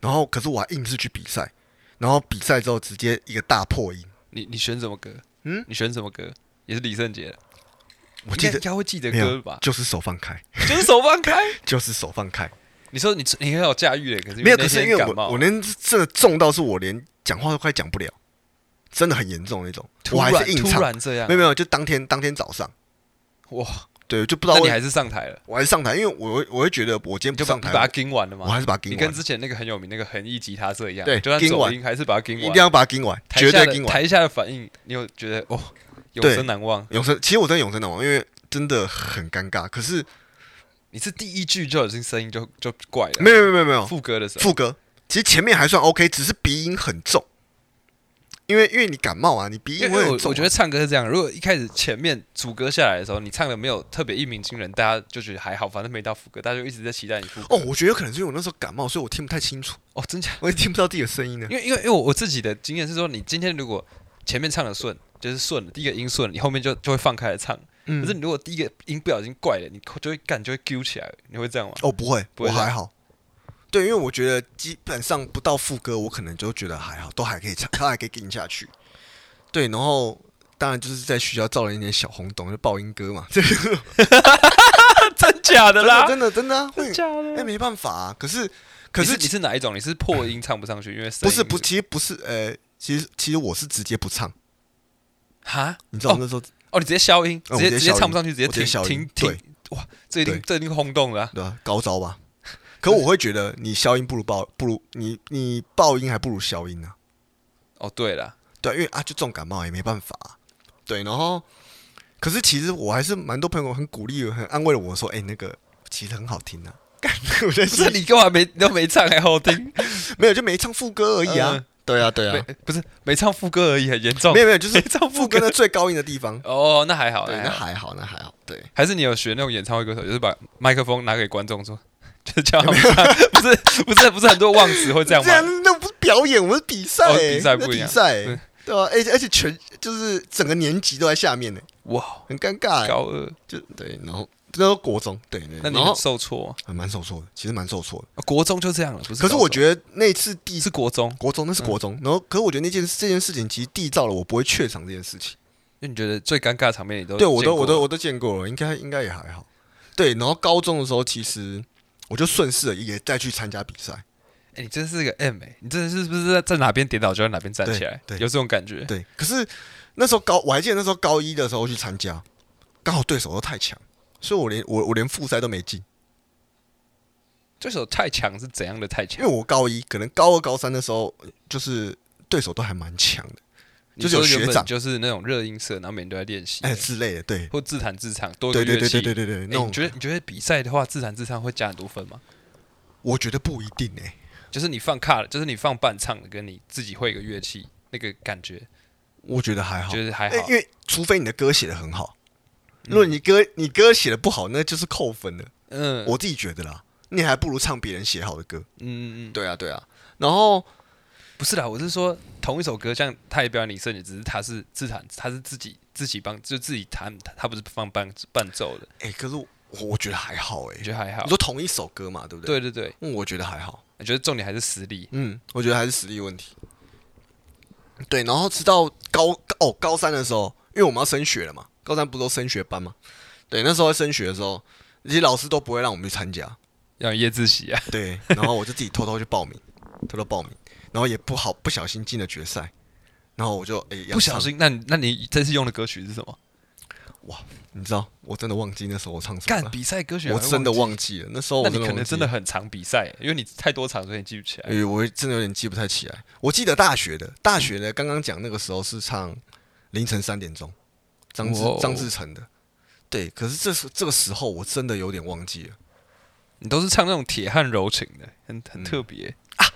B: 然后可是我还硬是去比赛，然后比赛之后直接一个大破音，
A: 你你选什么歌？
B: 嗯，
A: 你选什么歌？也是李圣杰的，
B: 我记
A: 应该应
B: 得
A: 该会记得
B: 没有
A: 歌吧，？
B: 就是手放开，
A: 就是手放开。
B: 就是手放开。
A: 你说你你很有驾驭的，可是
B: 没有，
A: 那
B: 可是
A: 天
B: 因为
A: 感
B: 我
A: 冒
B: 我那次真的重到是我连讲话都快讲不了，真的很严重那种。
A: 突
B: 我还
A: 然
B: 是硬
A: 突
B: 唱，
A: 然啊这样，
B: 没有没有，就当天当天早上，
A: 哇，
B: 对，就不知
A: 那
B: 道
A: 你
B: 为
A: 还是上台了，
B: 我还是上台，因为我会我会觉得我今天
A: 你就
B: 不
A: 把
B: 上
A: 你把它
B: 台，
A: 跟完了
B: 我
A: 吗？
B: 还是把它
A: 你
B: 盯
A: 跟
B: 完，
A: 之前那个很有名那个横一吉他社一样，
B: 对
A: 就算
B: 盯
A: 走
B: 完
A: 音还是把它跟
B: 一
A: 完
B: 定。要把它盯完，
A: 台
B: 绝
A: 下
B: 对
A: 的
B: 盯完。
A: 台下的反应，你有觉得哦，永
B: 对
A: 生难忘？
B: 永生，其实我真的永生难忘，因为真的很尴尬。可是
A: 你是第一句就已经声音就就怪了，
B: 没有没有没有没有，
A: 副歌的时候，
B: 副歌其实前面还算 OK，只是鼻音很重，因为因为你感冒啊，你鼻音
A: 因
B: 会
A: 为我
B: 很重啊。
A: 我觉得唱歌是这样，如果一开始前面主歌下来的时候，你唱的没有特别一鸣惊人，大家就觉得还好，反正没到副歌，大家就一直在期待你副歌。
B: 哦，我觉得有可能是因为我那时候感冒，所以我听不太清楚，
A: 哦，真假？
B: 我也听不到自己的声音
A: <laughs>
B: 呢。
A: 因为因为因为我我自己的经验是说，你今天如果前面唱的顺，就是顺了第一个音顺，你后面就就会放开来唱。
B: 嗯
A: 可是你如果第一个音不小心怪了，你就会干就会揪起来，你会这样吗？
B: 哦，不会，
A: 不会
B: 我
A: 这样
B: 还好。对，因为我觉得基本上不到副歌，我可能就觉得还好，都还可以唱， <laughs> 他还可以跟下去。对，然后当然就是在学校造了一点小轰动，就爆音歌嘛， <laughs> 这个
A: 真假的啦，
B: <laughs> 真的真的啊会，
A: 假
B: 哎、
A: 的。
B: 没办法啊。可是可
A: 可
B: 是
A: 是你是哪一种？你是破音唱不上去，因为声
B: 不
A: 音
B: 是不其实不是呃，其实其实我是直接不唱，
A: 哈？
B: 你知道
A: 哦
B: 我那时候、
A: 哦，你直接消音，直
B: 嗯
A: 接
B: 我直接
A: 直接
B: 消音
A: 唱不上去，直接
B: 我直接消
A: 停
B: 音
A: 停
B: 对
A: 停，哇，这一定
B: 对
A: 这一定轰动了啊。
B: 对啊高招吧？可我会觉得你消音不如爆，不如你你爆音还不如消音呢、啊
A: 哦，对了，
B: 对，因为啊，就重感冒也没办法、啊对，然后，可是其实我还是蛮多朋友很鼓励、很安慰了我说：“哎、那个其实很好听啊。”干， <laughs> 我觉得
A: 不是你干嘛没你都没唱还好听？
B: 没有就没唱副歌而已啊。
A: 嗯
B: 对啊，对
A: 没
B: 啊，
A: 不是没唱副歌而已，很严重
B: 没。有没有，就是
A: 没唱
B: 副
A: 副
B: 歌
A: 歌
B: 的最高音的地方。
A: 哦，那还好，
B: 对，
A: 那
B: 那
A: 还好
B: 还好，那还好。对，
A: 还是你有学那种演唱会歌手，就是把麦克风拿给观众说， <laughs> 就是叫他们唱， <laughs> 不是不是不是很多忘词会这样
B: 这样
A: 吗？
B: 那不是表演，我是比赛、
A: 哦
B: 欸
A: 比赛
B: 那
A: 不一样嗯
B: 比赛、
A: 对
B: 对啊，而且而且全就是整个年级都在下面呢、欸
A: 哇，
B: 很尴尬、欸。
A: 高二，
B: 就对，然后这都国中，对对，
A: 那你
B: 然后
A: 很受挫、
B: 还蛮受挫的，其实蛮受挫的。
A: 啊国中就这样了，不是？
B: 可是我觉得那次第
A: 得是国中，
B: 国中那是国中，然后可是我觉得那件这件事情其实缔造了我不会怯场这件事情。
A: 因为你觉得最尴尬的场面你都
B: 对我
A: 呃见
B: 都
A: 过
B: 我都我都见过了，应该应该也还好。对，然后高中的时候其实我就顺势地也再去参加比赛，
A: 哎、你真是个 M 哎、你真的是不是在在哪边跌倒就在哪边站起来，
B: 对对
A: 有这种感觉？
B: 对。可是那时候高我还记得那时候高一的时候去参加，刚好对手都太强，所以我连我我连复赛都没进，
A: 对手太强是怎样的太
B: 因
A: 强？
B: 为我高一可能高二高三的时候就是对手都还蛮强的，
A: 你
B: 就是有
A: 说原
B: 学
A: 本
B: 长
A: 就是那种热音社，然后每天都在练习，
B: 哎之类的，对
A: 或自弹自唱，多一
B: 对
A: 个
B: 对
A: 乐
B: 对
A: 器。
B: 对对对对，
A: 哎
B: 那种
A: 你觉得你觉得比赛的话，自弹自唱会加很多分吗？
B: 我觉得不一定哎、
A: 就是你放卡，就是你放伴唱的，跟你自己会一个乐器，那个感觉
B: 我觉得还好，
A: 就是还好
B: 欸。因为除非你的歌写的很好，如果你歌你歌写的不好，那就是扣分的。
A: 嗯，
B: 我自己觉得啦，你还不如唱别人写好的歌。
A: 嗯嗯嗯，
B: 对啊，对啊。然后
A: 不是啦，我是说同一首歌，像他也表演李圣杰，只是他是自弹，他是自己自己帮，就自己弹，他不是放伴伴奏的。
B: 哎、可是我我我觉得还好哎、
A: 我觉得还好
B: 你。说同一首歌嘛，对不对？
A: 对对对，
B: 对，嗯，我觉得还好。
A: 我觉得重点还是实力。
B: 嗯，我觉得还是实力问题。对，然后直到高哦高三的时候，因为我们要升学了嘛，高三不都升学班嘛？对，那时候在升学的时候，那些老师都不会让我们去参加。
A: 要有夜自习啊，
B: 对，然后我就自己偷偷去报名，偷偷报名，然后也不好不小心进了决赛，然后我就诶、要
A: 不小
B: 唱，
A: 心。那你那你这次用的歌曲是什么？
B: 你知道，我真的忘记那时候我唱什么
A: 干
B: 了，
A: 比赛歌曲，
B: 我真的。忘记了。那时候我
A: 那你可
B: 忘
A: 能
B: 记
A: 真
B: 了
A: 的很常比赛，因为你太多场，所以你记不起来。
B: 诶，我真的有点记不太起来。我记得大学的，大学的刚刚讲那个时候是唱凌晨三点钟，张志
A: 哇哦
B: 张志成的。对，可是这时这个时候我真的有点忘记了。
A: 你都是唱那种铁汉柔情的，很很
B: 嗯
A: 特别啊！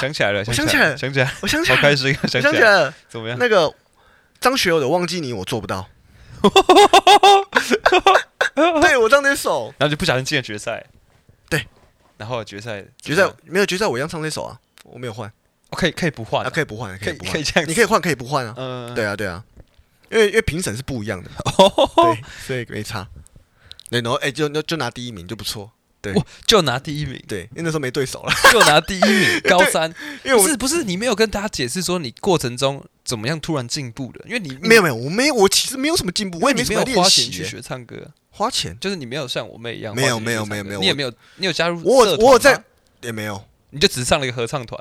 A: 想起来了，
B: 我
A: 想
B: 想起来了
A: 想起来了，
B: 我想
A: 好开心啊！
B: 我
A: 想
B: 想
A: 起
B: 起
A: 来了，
B: 来了，
A: 怎么样？
B: 那个张学友的《忘记你》，我做
A: <laughs>
B: 不到。对我唱那首，
A: <laughs> 然后就不小心进了决赛，
B: 对，
A: 然后决赛
B: 决赛没有决赛，我一样唱那首啊，我没有换，
A: 哦可以可以不换啊，
B: 啊可以不换，
A: 可以
B: 以不换
A: 可以，这样子，
B: 你可以换可以不换啊，
A: 嗯，
B: 对啊对啊，因为因为评审是不一
A: <laughs>
B: 样的，
A: 哦，
B: 对，所以没差。对，然后哎、就就就拿第一名就不错。对
A: 哇，就拿第
B: <laughs>
A: 一名，
B: 对，因为那时候没对手了，
A: 就拿第一名，高三
B: 因为
A: 不
B: 我
A: 是不是你没有跟大家解释说你过程中怎么样突然进步的，因为你
B: 没有没有，我没有，我其实没有什么进步，我也
A: 你
B: 什
A: 没
B: 么
A: 有
B: 练
A: 花
B: 习
A: 钱、去
B: 耶
A: 学唱歌，
B: 花钱
A: 就是你没有像我妹一样花
B: 没有
A: 钱去
B: 没
A: 学
B: 有
A: 唱
B: 没有
A: 歌
B: 没有
A: 你也
B: 我
A: 没有你有加入
B: 我
A: 社
B: 有我有
A: 团
B: 在
A: 吗，
B: 也没有。
A: 你就只上了一个合唱团。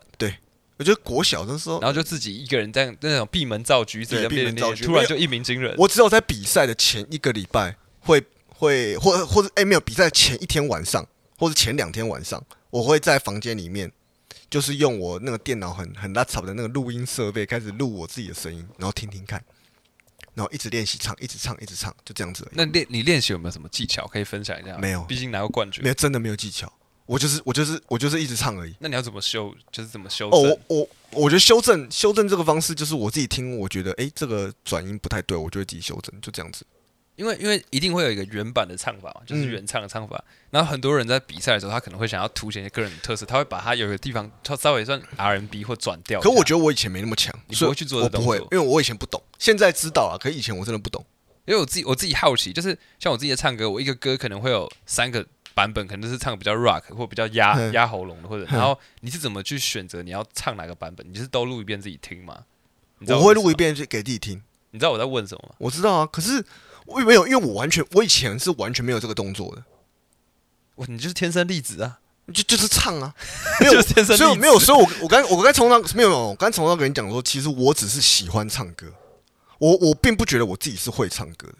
B: 我觉得国小那时候
A: 然，后就自己一个人这样那种闭门造车，自己在那
B: 闭
A: 边
B: 门
A: 练
B: 造车
A: 突然就一鸣惊人。
B: 我只有在比赛的前一个礼拜会会或或者哎、没有比赛前一天晚上，或者前两天晚上，我会在房间里面，就是用我那个电脑很很拉 p 的那个录音设备开始录我自己的声音，然后听听看，然后一直练习唱，一直唱，一直唱，就这样子而已。
A: 那练你练习有没有什么技巧可以分享一下？
B: 没有
A: 毕竟拿过冠军
B: 没。有真的没有技巧，我就是我就是我就是一直唱而已。
A: 那你要怎么修？就是怎么修
B: 哦，
A: 正？
B: 我我我觉得修正修正这个方式，就是我自己听，我觉得诶这个转音不太对，我就会自己修正，就这样子。
A: 因为因为一定会有一个原版的唱法嘛，就是
B: 嗯
A: 原唱的唱法。然后很多人在比赛的时候，他可能会想要凸显一些个人的特色，他会把他有一个地方他稍微算 R N B 或转调一下。
B: 可我觉得我以前没那么强，
A: 你不
B: 所以
A: 会去做
B: 我
A: 这
B: 不
A: 动
B: 会，
A: 作
B: 因为我以前不懂，现在知道了，可以前我真的不懂。
A: 因为我自己我自己好奇，就是像我自己在唱歌，我一个歌可能会有三个版本，可能是唱比较 rock 或比较压
B: 嗯
A: 压喉咙的，或者
B: 嗯
A: 然后你是怎么去选择你要唱哪个版本？你是都录一遍自己听吗？你知道
B: 我会
A: 的意思
B: 录一
A: 吗，
B: 遍就给自己听，
A: 你知道我在问什么吗？
B: 我知道啊。可是我也没有，因为我完全我以前是完全没有这个动作的，
A: 哇，你就是天生丽质啊，
B: 就就是
A: <laughs>
B: 唱啊，没有
A: 就是天生
B: 所以我
A: 丽
B: 没
A: 质。
B: 有，所以我我刚我刚从那没有，没有我刚从那跟你讲说，其实我只是喜欢唱歌，我我并不觉得我自己是会唱歌的。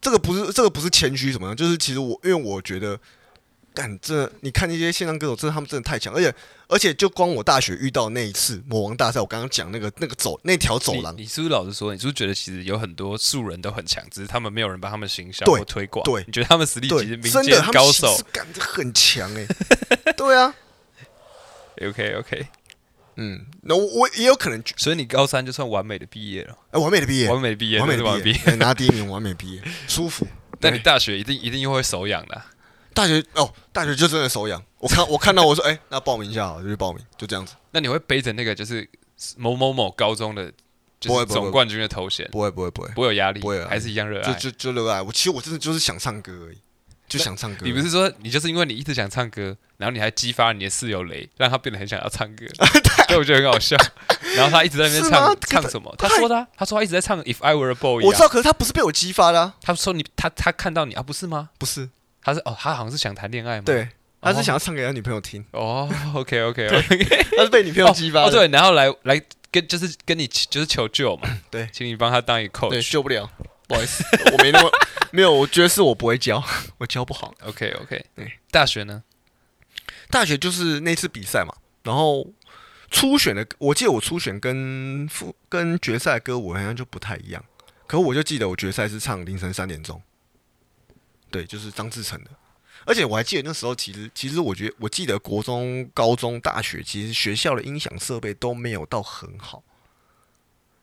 B: 这个不是这个不是谦虚什么的，就是其实我因为我觉得，干这你看那些线上歌手，真的他们真的太强，而且而且就光我大学遇到那一次魔王大赛，我刚刚讲那个那个走那条走廊
A: 你，你是不是老实说，你是不是觉得其实有很多素人都很强，只是他们没有人帮他们行销
B: 对
A: 或推广？
B: 对
A: 你觉得他们实力其实
B: 对，
A: 民
B: 真的
A: 间
B: 他们
A: 高
B: 其
A: 手
B: 实感觉很强哎、
A: <laughs>
B: 对啊，
A: ？OK OK，
B: 嗯，那我我也有可能觉，
A: 所以你高三就算完美的毕业了，
B: 哎、完美的毕业，
A: 完美地毕业，
B: 完美
A: 真的
B: 的
A: 完
B: 毕
A: 毕
B: 业
A: 业。， <laughs>
B: 哎拿第一名，完美毕业，舒服。
A: 但你大学一定一定又会手痒的啊、
B: 大学哦，大学就真的手痒。我看我看到我说，哎、那报名一下好了，就去报名，就这样子。
A: 那你会背着那个就是某某某高中的
B: 不
A: 就
B: 会
A: 是
B: 不会
A: 总冠军的头衔，
B: 不会不会不会，
A: 不会有压力，
B: 不会有啊压力
A: 还是一样热
B: 就
A: 爱。
B: 就就热爱。我其实我真的就是想唱歌而已，就想唱歌而已。啊
A: 你不是说你就是因为你一直想唱歌，然后你还激发你的室友雷，让他变得很想要唱
B: <laughs>
A: 歌， <laughs> 所以我觉得很好笑。然后他一直在那边
B: 是吗
A: 唱
B: 可是
A: 唱什么？他说的啊，他说他一直在唱 If I Were a Boy
B: 我知
A: 啊。
B: 道，可是他不是被我激发的、啊，
A: 他说你他他看到你啊，不是吗？
B: 不是？
A: 他是哦，他好像是想谈恋爱嘛。
B: 对，他是想要唱给他女朋友听，
A: 哦，OK
B: <laughs>
A: OK OK，
B: 他是被女朋友激发
A: 哦
B: 的。
A: 对，然后来来跟就是跟你就是求救嘛，
B: 对
A: 请你帮他当一个 coach
B: 对，。救不了，不好意思， <laughs> 我没那么没有。我觉得是我不会教， <laughs> 我教不好。
A: OK OK，
B: 对
A: 大学呢？
B: 大学就是那次比赛嘛，然后初选的，我记得我初选跟复跟决赛歌舞好像就不太一样，可我就记得我决赛是唱凌晨三点钟，对，就是张志成的，而且我还记得那时候其实其实我觉得我记得国中、高中、大学其实学校的音响设备都没有到很好，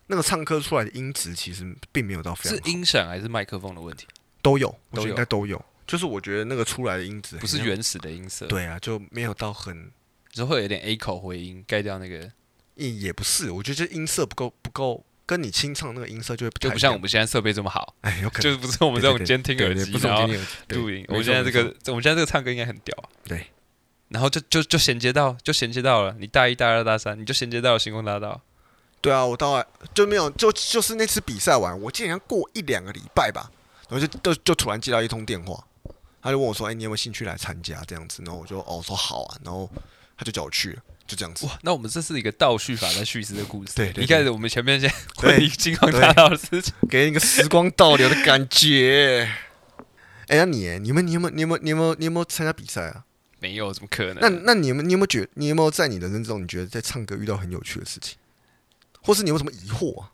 B: 那个唱歌出来的音质其实并没有到非常
A: 是
B: 好，
A: 音响还是麦克风的问题？
B: 都有，我
A: 都
B: 觉得
A: 有
B: 应该都有，就是我觉得那个出来的音质
A: 不是
B: 很像
A: 原始的音色，，
B: 对啊，就没有到很
A: 只会有点 A 口回音，盖掉那个。
B: 也也不是，我觉得这音色不够不够跟你清唱那个音色就会不
A: 就
B: 太
A: 不
B: 一
A: 像
B: 样
A: 我们现在设备这么好，
B: 哎，有可能
A: 就是不是我
B: 我
A: 们这种监听耳机，
B: 不是
A: 然
B: 我
A: 后
B: 们监听耳机对
A: 录音。
B: 没
A: 我们
B: 错
A: 现在这
B: 没
A: 个，我们现在这个唱歌应该很屌啊。
B: 对。
A: 然后就就就衔接到，就衔接到了。你大一、大二、大三，你就衔接到了星光大道。
B: 对啊，我到来就没有，就就是那次比赛完，我竟然过一两个礼拜吧，然后就就就突然接到一通电话，他就问我说：“哎、你有没有兴趣来参加？”这样子，然后我就哦我说好啊，然后他就叫我去了，就这样子。
A: 哇，那我们这是一个倒叙法在叙事的故事。
B: 对对对
A: 一开始我们前面先
B: 对
A: 回忆星光大道的事情。
B: 给人一个时光倒流的感觉。哎、那你，你们，你有没有，你有没有，你有没有，你有没有参加比赛啊？
A: 没有，怎么可能？
B: 那，那你们，你有没有觉，你有没有在你的人生中，你觉得在唱歌遇到很有趣的事情，或是你有什么疑惑啊？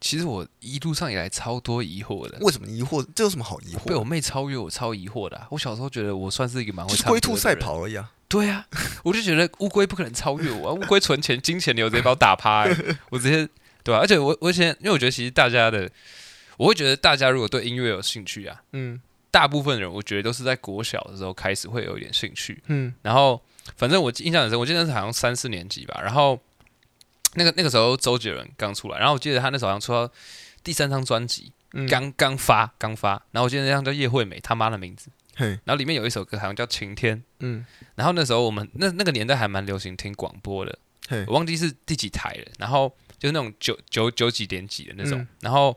A: 其实我一路上以来超多疑惑的。
B: 为什么疑惑？这有什么好疑
A: 被
B: 惑？
A: 我妹超越，我超疑惑的啊、我小时候觉得我算是一个蛮
B: 就
A: 会
B: 是
A: 唱歌
B: 龟
A: 的
B: 兔赛
A: 人。
B: 跑而已啊！
A: 对啊， <laughs> 我就觉得乌龟不可能超越我、啊，乌龟存钱、 <laughs> 金钱流直接把我打趴、欸， <laughs> 我直接对吧、而且我我以前因为我觉得其实大家的，我会觉得大家如果对音乐有兴趣啊，
B: 嗯
A: 大部分人我觉得都是在国小的时候开始会有一点兴趣，
B: 嗯
A: 然后反正我印象很深，我记得是好像三四年级吧，然后那个那个时候周杰伦刚出来，然后我记得他那时候好像出到第三张专辑，
B: 嗯
A: 刚刚发刚发，然后我记得那张叫叶惠美他妈的名字，
B: 嘿
A: 然后里面有一首歌好像叫《晴天》，
B: 嗯
A: 然后那时候我们那那个年代还蛮流行听广播的，
B: 嘿
A: 我忘记是第几台了，然后就是那种九九九几点几的那种，
B: 嗯
A: 然后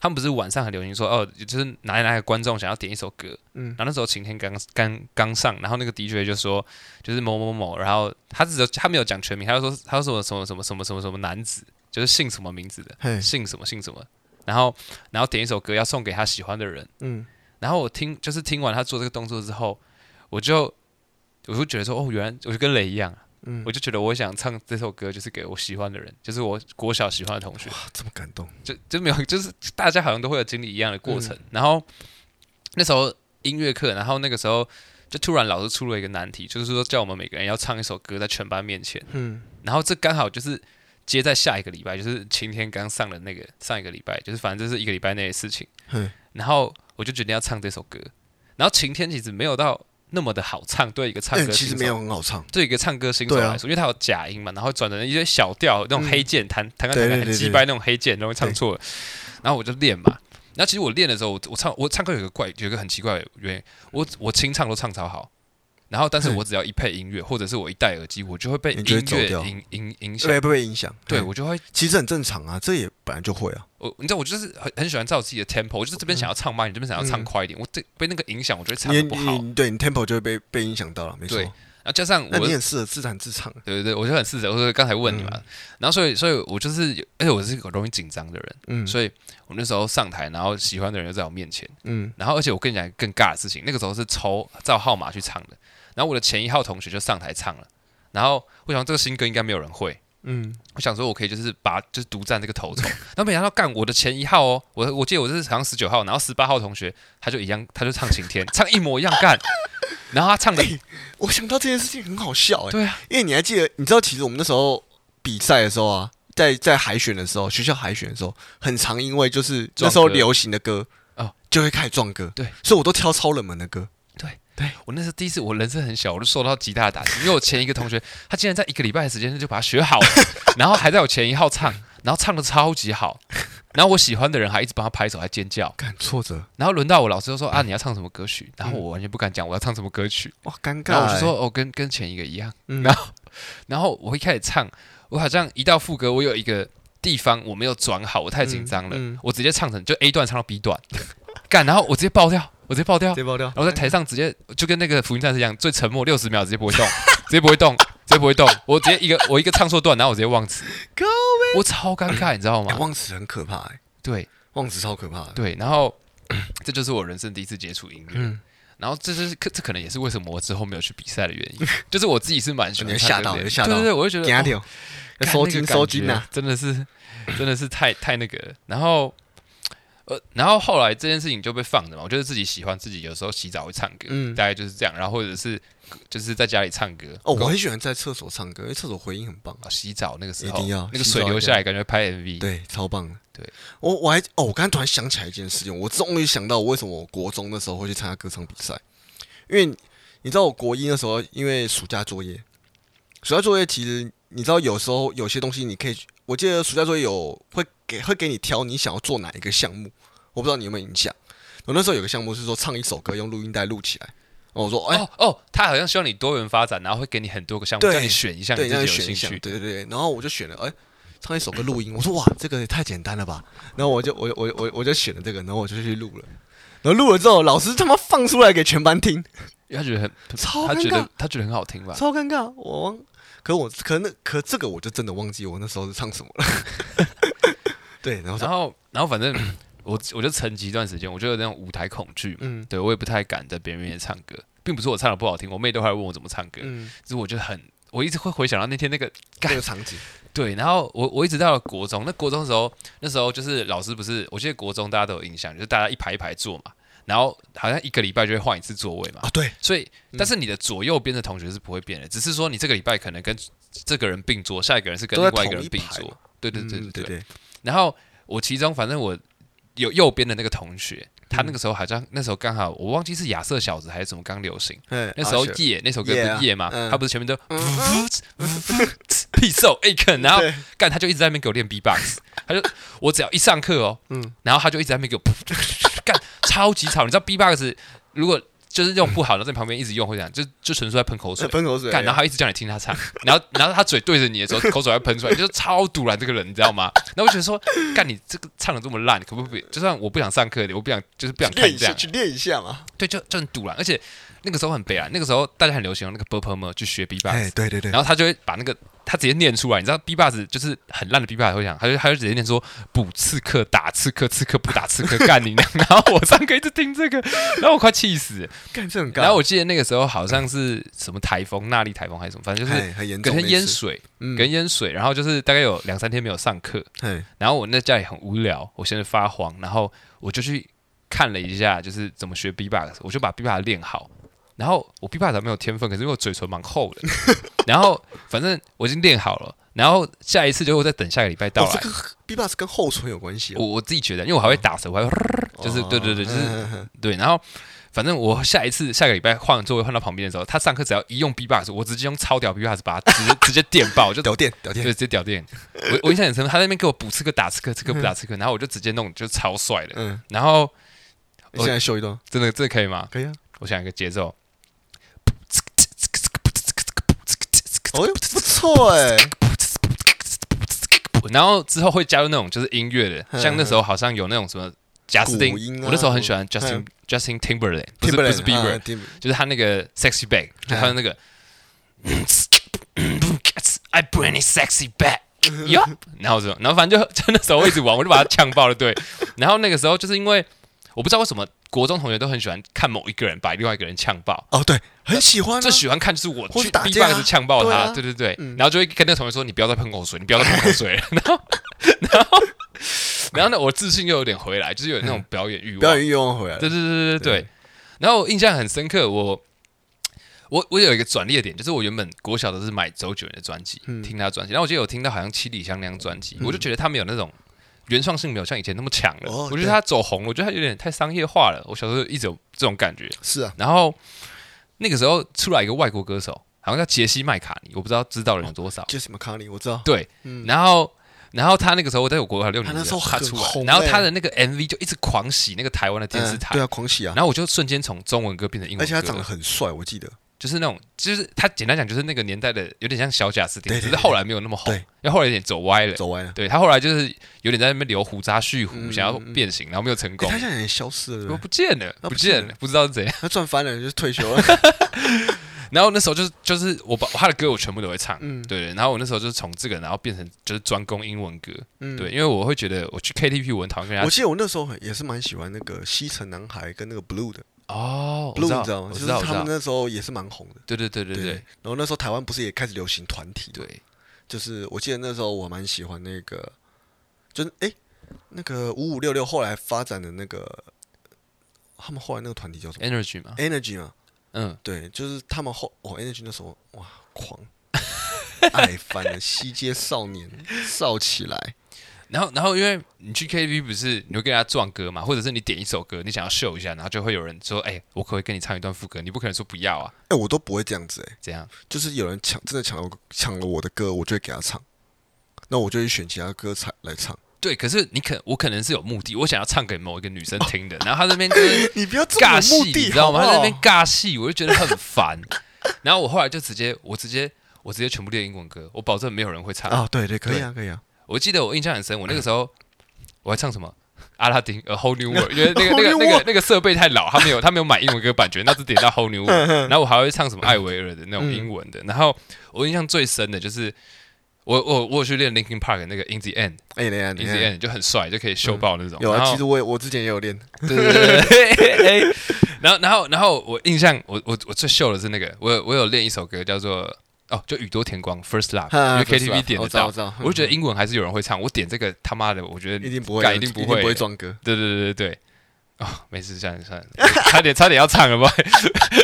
A: 他们不是晚上很流行说哦，就是哪里哪个观众想要点一首歌，
B: 嗯
A: 然后那时候晴天刚刚刚上，然后那个 DJ 就说就是某某某，然后他只有他没有讲全名，他就说他说什么什么什么什么什么什么男子，就是姓什么名字的，
B: 嘿
A: 姓什么姓什么，然后然后点一首歌要送给他喜欢的人，
B: 嗯
A: 然后我听就是听完他做这个动作之后，我就我就觉得说哦，原来我就跟雷一样啊，
B: 嗯，
A: 我就觉得我想唱这首歌就是给我喜欢的人，就是我国小喜欢的同学，
B: 哇，这么感动，
A: 就就没有，就是大家好像都会有经历一样的过程。然后那时候音乐课，然后那个时候就突然老师出了一个难题，就是说叫我们每个人要唱一首歌在全班面前，
B: 嗯
A: 然后这刚好就是。接在下一个礼拜，就是晴天刚上的那个上一个礼拜，就是反正就是一个礼拜内的事情。
B: 嘿，
A: 然后我就决定要唱这首歌。然后晴天其实没有到那么的好唱，对一个唱
B: 但
A: 歌
B: 哎嗯其
A: 新
B: 实
A: 手，
B: 没有很好唱，
A: 对一个唱歌新手
B: 对啊
A: 来说，因为它有假音嘛，然后转成一些小调，那种黑键弹弹弹
B: 对嗯对
A: 弹
B: 对
A: 很
B: 对
A: 击败那种黑键，容易唱错了。然后我就练嘛。然后其实我练的时候，我我唱我唱歌有一个怪，有一个很奇怪的原因，我我清唱都唱超好，然后但是我只要一配音乐，或者是我一戴耳机，我就会被
B: 你就会
A: 音
B: 走
A: 乐
B: 掉
A: 影影影响
B: 对，，不被影响。
A: 对
B: 嘿
A: 我就会
B: 其实很正常啊，这也本来就会啊。
A: 我你知道我就是很很喜欢照自己的 tempo，我就是这边想要唱慢一点，这边想要唱快一点，我这被那个影响，我就会唱
B: 你
A: 的不好。
B: 嗯你对你 tempo 就会被被影响到了，没错
A: 对。然后加上我
B: 那
A: 的，
B: 你
A: 对
B: 很适合自弹自唱啊，
A: 对对，我就很自责，我说刚才问你嘛，然后所以所以我就是有，而且我是一个容易紧张的人，
B: 嗯
A: 所以我那时候上台，然后喜欢的人就在我面前，
B: 嗯
A: 然后而且我跟你讲一个更尬的事情，那个时候是抽照号码去唱的，然后我的前一号同学就上台唱了，然后我想这个新歌应该没有人会，
B: 嗯，
A: 我想说，我可以就是把就是独占这个头筹，然后没想到干我的前一号哦，我我记得我是好像十九号，然后十八号同学他就一样，他就唱晴天，唱一模一样干，然后他唱的
B: 我想到这件事情很好笑哎、
A: 对啊，
B: 因为你还记得，你知道其实我们那时候比赛的时候啊，在在海选的时候，学校海选的时候，很常因为就是那
A: 撞歌
B: 时候流行的歌
A: 哦
B: 就会开始撞歌，
A: 对，
B: 所以我都挑超冷门的歌，
A: 我那是第一次，我人生很小，我就受到极大的打击，因为我前一个同学他竟然在一个礼拜的时间内就把它学好了， <laughs> 然后还在我前一号唱，然后唱的超级好，然后我喜欢的人还一直帮他拍手还尖叫，
B: 感挫折，
A: 然后轮到我老师就说啊你要唱什么歌曲，然后我完全不敢讲我要唱什么歌曲，
B: 哇，尴尬、
A: 然后
B: 欸，
A: 我就说哦跟跟前一个一样。
B: 嗯，
A: 然然后我一开始唱，我好像一到副歌，我有一个地方我没有转好，我太紧张了，
B: 嗯嗯
A: 我直接唱成就 A 段唱到 B 段，干，然后我直接爆掉，我直接爆掉
B: 直，接爆掉
A: 然，后在台上直接就跟那个福音战士一样，最沉默六十秒，直接不会动，直接不会动，直接不会动，我直接一个我一个唱错段，然后我直接忘词
B: 靠，
A: 我超尴尬，你知道
B: 哎
A: 吗？
B: 忘嗯词很可怕、欸，
A: 对
B: 忘词超可怕的，
A: 对，然后 <coughs> 这就是我人生第一次接触音乐。
B: 嗯
A: 然后这就是可这可能也是为什么我之后没有去比赛的原因，就是我自己是蛮喜
B: 哦你
A: 欢
B: 会
A: 唱
B: 吓
A: 歌
B: 到
A: 的
B: 你
A: 人
B: 会吓
A: 对
B: 到
A: 对对，我就觉得
B: 给他
A: 哦
B: 掉，要
A: 干
B: 收
A: 那个
B: 金
A: 感
B: 收金
A: 觉
B: 呐、啊，
A: 真的是真的是太太那个了。然后呃，然后后来这件事情就被放着嘛，我就是自己喜欢自己，有时候洗澡会唱歌，
B: 嗯
A: 大概就是这样。然后或者是就是在家里唱歌
B: 哦，我很喜欢在厕所唱歌，因为厕所回音很棒。
A: 哦洗澡那个时候
B: 一定要
A: 那个
B: 洗
A: 水
B: 澡
A: 流
B: 一定
A: 下来，感觉拍 MV。
B: 对，超棒的。
A: 对，
B: 我我还哦，我刚才突然想起来一件事情，我终于想到我为什么我国中的时候会去参加歌唱比赛，因为你知道我国一的时候，因为暑假作业，暑假作业其实你知道有时候有些东西你可以去，我记得暑假作业有会给会给你挑你想要做哪一个项目，我不知道你有没有印象。我那时候有个项目是说唱一首歌用录音带录起来，哦，我说哎、
A: 哦哦，他好像希望你多元发展，然后会给你很多个项目，
B: 对
A: 让你选一项
B: 对，
A: 你自
B: 让你
A: 己有
B: 选
A: 兴
B: 一项，
A: 趣。
B: 对对对。然后我就选了，哎、唱一首歌录音。我说哇，这个也太简单了吧。然后我就我我我我就选了这个，然后我就去录了。然后录了之后，老师他妈放出来给全班听，
A: 因为他觉得很，
B: 超
A: 他
B: 尴
A: 觉
B: 尬
A: 得，他觉得很好听吧？
B: 超尴尬。我忘，可我可那可这个我就真的忘记我那时候是唱什么了。 <laughs> 对，然后说
A: 然后，然后反正 <coughs> 我我就沉寂一段时间，我就有那种舞台恐惧嘛，
B: 嗯
A: 对我也不太敢在别人面前唱歌，并不是我唱的不好听，我妹都还问我怎么唱歌，
B: 嗯，
A: 只是我就很，我一直会回想到那天那个
B: 这
A: 干
B: 个场景，
A: 对，然后我我一直到了国中，那国中的时候，那时候就是老师不是，我记得国中大家都有印象，就是大家一排一排坐嘛，然后好像一个礼拜就会换一次座位嘛
B: 啊，，对，
A: 所以，但是你的左右边的同学是不会变的，只是说你这个礼拜可能跟这个人并桌，下一个人是跟
B: 都在
A: 另外一个
B: 同
A: 人
B: 一
A: 并
B: 排
A: 桌
B: 嘛。
A: 对对
B: 嗯
A: 对
B: 对
A: 对对。
B: 对，
A: 然后我其中反正我有右边的那个同学，他那个时候好像那时候刚好我忘记是亚瑟小子还是什么刚流行，
B: 哎
A: 那时候
B: 啊是
A: 夜那首歌不
B: Yeah，
A: 是夜嘛，
B: 嗯
A: 他不是前面都 <laughs> 屁瘦 a k e n 然后
B: 对
A: 干他就一直在那边给我练 B
B: <laughs>
A: box，他就我只要一上课哦，
B: 嗯
A: 然后他就一直在那边给我 <laughs> 干超级吵，你知道 B box 如果就是用不好，然后在旁边一直用会这样，就就纯粹在喷口水
B: 在。喷口水，
A: 干，然后他一直叫你听他唱， <laughs> 然后然后他嘴对着你的时候， <laughs> 口水还喷出来，就是超堵然这个人，你知道吗？然后我觉得说，干你这个唱的这么烂，可不可以？就算我不想上课，我不想就是不想
B: 去练
A: 看
B: 一
A: 这
B: 下，
A: 样，
B: 去练一下嘛。
A: 对，就就很堵然。而且那个时候很悲哀，那个时候大家很流行用那个 b u r p l e m 去学 B box，
B: 哎，对对对，
A: 然后他就会把那个他直接念出来，你知道 B bus 就是很烂的 B bus 会讲，他就他就直接念说补刺客打刺客刺客不打刺客
B: <laughs>
A: 干你娘，然后我上课一直听这个，然后我快气死。
B: 干这很尬，
A: 然后我记得那个时候好像是什么台风，纳莉台风还是什么，反正就是
B: 哎很严
A: 隔
B: 重那一
A: 天淹
B: 次，
A: 水，
B: 嗯，
A: 隔天淹水，然后就是大概有两三天没有上课，
B: 哎
A: 然后我那家里很无聊，我现在发慌，然后我就去看了一下，就是怎么学 B box，我就把 B box 练好。然后我 B box 还没有天分，可是因为我嘴唇蛮厚
B: <laughs>
A: 的，然后反正我已经练好了。然后下一次就会再等下个礼拜到
B: 哦，
A: 来。
B: 这个 B box 跟后唇有哦嗯关系哦，
A: 我我自己觉得，因为我还会打舌，我还会 <laughs> 就是对对对，就是
B: 是
A: 对。然后反正我下一次下个礼拜换座位换到旁边的时候，他上课只要一用 B box，我直接用超屌 B box 把他直接 <laughs> 直接电爆，我就
B: 屌呃电屌
A: 对，
B: 电，
A: 直接屌电。我我印象很深，他在那边给我补刺客打刺客，刺客不打刺客，然后我就直接弄，就超帅的。
B: 嗯，
A: 然后
B: 你现在秀一段，
A: 真的这可以吗？
B: 可以啊，
A: 我想一个节奏，
B: 哦，不错哎，
A: 然后之后会加入那种就是音乐的，
B: 嗯
A: 像那时候好像有那种什么贾斯汀
B: 古音，啊
A: 我那时候很喜欢
B: 古
A: Justin
B: 嗯
A: Justin Timberlake，不是不是
B: 啊
A: Bieber，就是他那个 sexy back，就
B: 嗯
A: 他的那个 I bring it sexy back。哟，
B: 嗯
A: 然后就，然后反正就 <laughs> 就那时候我一直玩，我就把他呛爆了，对。然后那个时候就是因为我不知道为什么国中同学都很喜欢看某一个人把另外一个人呛爆，
B: 哦，对，很喜欢啊，
A: 最喜欢看就是我
B: 或
A: 去
B: 是打
A: B
B: 架啊
A: box 呛爆
B: 对
A: 他，
B: 啊
A: 对对对，
B: 嗯
A: 然后就会跟那个同学说：“你不要再喷口水，你不要再喷口水。”然后，然后，然后呢，我自信又有点回来，就是有那种表演欲望。
B: <laughs> 表演欲望回来
A: 对
B: 了，
A: 对对对对
B: 对。
A: 然后我印象很深刻，我我我有一个转捩点，就是我原本国小都是买周杰伦的专辑，
B: 嗯
A: 听他专辑，然后我记得有听到好像七里香那张专辑，我就觉得他们有那种。原创性没有像以前那么强了，
B: 哦
A: 我觉得
B: 对
A: 他走红了，我觉得他有点太商业化了。我小时候一直有这种感觉，
B: 是啊，
A: 然后那个时候出来一个外国歌手，好像叫杰西麦卡尼，我不知道知道的人有多少。
B: 就是 McCartney，我知道，
A: 对，
B: 嗯啊
A: 然后然后他那个时候我在我国小六年级
B: 他那时候
A: 他
B: 很
A: 出来，
B: 红
A: 然后
B: 欸
A: 他的那个 MV 就一直狂洗那个台湾的电视
B: 嗯
A: 台。
B: 对啊，狂喜啊，
A: 然后我就瞬间从中文歌变成英
B: 而
A: 文
B: 且
A: 歌
B: 他
A: 了，
B: 长得很帅，我记得，
A: 就是那种，就是他简单讲就是那个年代的，有点像小贾斯汀，
B: 对对
A: 只是后来没有那么红
B: 对，
A: 因为后来有点走歪了。
B: 走歪了，
A: 对他后来就是有点在那边留胡渣蓄胡，
B: 嗯
A: 想要
B: 嗯嗯
A: 变形，然后没有成
B: 哎
A: 功，
B: 他现在也消失了，对
A: 我不
B: 不对
A: 见了，
B: 他
A: 不
B: 不
A: 见
B: 见
A: 了，不知道是怎样。
B: 他赚翻了就是退
A: <laughs>
B: 休了，
A: 然后那时候就是就是我把他的歌我全部都会唱，
B: 嗯
A: 对对，然后我那时候就是从这个，然后变成就是专攻英文歌，
B: 嗯
A: 对，。因为我会觉得我去 KTV 我很讨厌跟人
B: 我
A: 家
B: 记得我那时候很也是蛮喜欢那个西城男孩跟那个 Blue 的
A: 哦，我
B: Blue，你
A: 知道，
B: 吗？
A: 我知
B: 就是
A: 道，我知
B: 他们
A: 道，
B: 那时候也是蛮红的，
A: 对对对对对
B: 然后那时候台湾不是也开始流行团体，，
A: 对，
B: 就是我记得那时候我蛮喜欢那个，就是哎、那个五五六六后来发展的那个，他们后来那个团体叫什么
A: Energy 嘛，
B: ？Energy 嘛，
A: 嗯，
B: 对，就是他们后哦 Energy 那时候哇狂爱翻了，西街少年少起来，
A: 然后，然后因为你去 KTV 不是你会跟人家撞歌嘛，或者是你点一首歌，你想要秀一下，然后就会有人说：“哎、我可不可以跟你唱一段副歌？”你不可能说不要啊，
B: 哎、我都不会这样子哎、
A: 这样
B: 就是有人抢，真的抢了我抢了我的歌，我就会给他唱，那我就会选其他歌才来唱。
A: 对。可是你可我可能是有目的，我想要唱给某一个女生听的，然后她这边就是
B: 你不要 <laughs> 这么
A: 尬
B: 有
A: 戏，
B: 目
A: 你
B: 的，
A: 知道吗？
B: 好
A: 她
B: 不
A: 在
B: 好
A: 那边尬戏，我就觉得很烦。然后我后来就直接，我直接，我直接全部列英文歌，我保证没有人会唱。
B: 啊，对对，可以啊，可以啊。
A: 我记得我印象很深，我那个时候我还唱什么？ <laughs> 阿拉丁，呃，Whole New World，因为那
B: Whole
A: 个那
B: New
A: 个那
B: World
A: 个那个设备太老，他没有他 <laughs> 没有买英文歌版权，那只点到 Whole New World，然后我还会唱什么艾维尔的那种英文的，然后我印象最深的就是我我我有去练 Linkin Park 的那个 In the End，In
B: 哎、你看，你
A: the
B: 看，
A: End 就很帅，就可以秀爆那种。
B: 有
A: 然
B: 啊，
A: 后
B: 其实我也我之前也有练，
A: 对对对对对， <laughs> 然后然后然后我印象我我我最秀的是那个，我有我有练一首歌叫做哦，就宇多田光 First
B: <laughs>
A: Love，因为 KTV 点得
B: 啊我知道，
A: 到
B: 我。知道，
A: <laughs> 我
B: 嗯
A: 就觉得英文还是有人会唱，我点这个他妈的，我觉得
B: 一定不会
A: 干
B: 啊，
A: 一定
B: 不
A: 不
B: 不
A: 会
B: 会撞歌。
A: 对对对对对，哦，没事，算了算了，差点差点要唱了吧。
B: <laughs>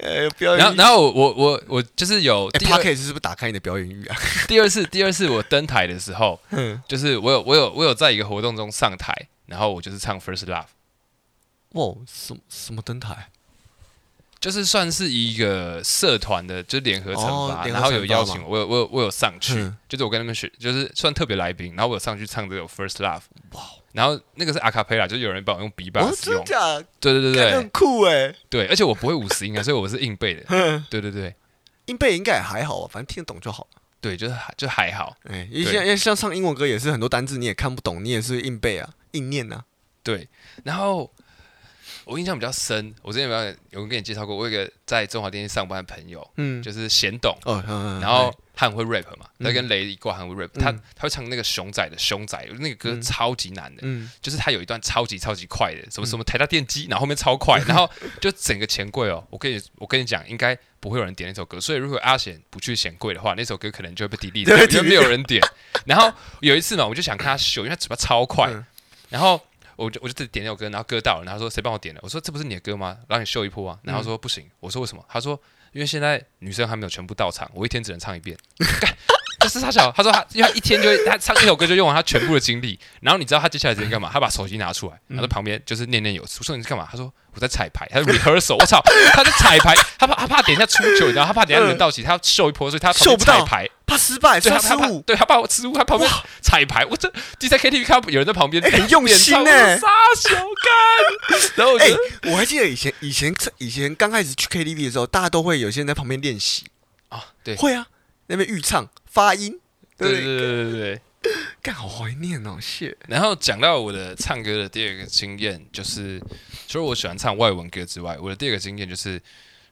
B: 呃，表
A: 然后然后我我我我就是有
B: 哎
A: 第二、
B: ，Pocket 是不是打开你的表演欲啊？
A: <laughs> 第二次第二次我登台的时候，
B: 嗯
A: 就是我有我有我有在一个活动中上台，然后我就是唱 First Love，
B: 哇，什么什么灯台？
A: 就是算是一个社团的，就是联合惩罚，
B: 哦联合
A: 然后有
B: 惩罚
A: 邀
B: 嘛
A: 请我，我有我有我有上去，
B: 嗯
A: 就是我跟他们学，就是算特别来宾，然后我有上去唱这个 First Love，然后那个是阿卡贝拉，就是有人帮我用鼻
B: 哇，
A: 棒使
B: 哦真
A: 用
B: 的，假？
A: 对对对
B: 感觉
A: 对
B: 很酷哎。
A: 对，而且我不会五十音啊，所以我是硬背的，
B: 嗯，
A: 对对对
B: 音贝应该也还好啊，反正听得懂就好。
A: 对，就是还就还好，
B: 哎，因为像因为像唱英文歌也是很多单字你也看不懂，你也是硬背啊，硬念啊。
A: 对，然后我印象比较深，我之前有没有有跟你介绍过，我有一个在中华电信上班的朋友，
B: 嗯，
A: 就是贤董，
B: 哦，嗯嗯
A: 然后他很会 rap 嘛，他
B: 嗯
A: 跟雷一挂很会 rap，、他
B: 嗯
A: 他会唱那个熊仔的熊仔，那个歌
B: 嗯
A: 超级难的，
B: 嗯，
A: 就是他有一段超级超级快的，什么什么台大电机，然后后面超 <laughs> 快，然后就整个钱柜哦，我跟你我跟你讲，应该不会有人点那首歌，所以如果阿贤不去钱柜的话，那首歌可能就会被 delete 掉，
B: 对
A: 因为没有人点。然后有一次嘛，我就想看他秀，因为他嘴巴超快
B: 嗯，
A: 然后。我就我就自己点那首歌，然后歌到了，然后他说谁帮我点的？我说这不是你的歌吗？让你秀一波啊！然后他
B: 嗯
A: 说不行，我说为什么？他说因为现在女生还没有全部到场，我一天只能唱一遍。 <laughs> 但是他小，他说他因为他一天就会他唱一首歌就用完他全部的精力，然后你知道他接下来时间干嘛？他把手机拿出来，
B: 嗯
A: 然后在旁边就是念念有词。我说你是干嘛？他说我在彩排，他在 rehearsal。我操，他在彩排，他怕他怕等一下出糗，然后他怕等一下轮到起，他要秀一波，所以他旁边
B: 秀不到
A: 彩排。
B: 怕失
A: <laughs>
B: 败，
A: 对
B: 怕
A: 他
B: 失
A: 他怕
B: 误，
A: 对他怕我失误，他旁边彩排。我这就在 KTV 看到有人在旁边
B: 哎很用心
A: 呢，
B: 欸
A: 傻小
B: <laughs>
A: 干。然后我觉
B: 哎、
A: 得
B: 我还记得以前以前以前刚开始去 KTV 的时候，大家都会有些人在旁边练习，
A: 啊，对
B: 会啊，那边预唱发音，
A: 对对
B: 对不对，
A: 对对对对。
B: 干好怀念哦，谢。
A: 然后讲到我的唱歌的第二个经验，就是除了我喜欢唱外文歌之外，我的第二个经验就是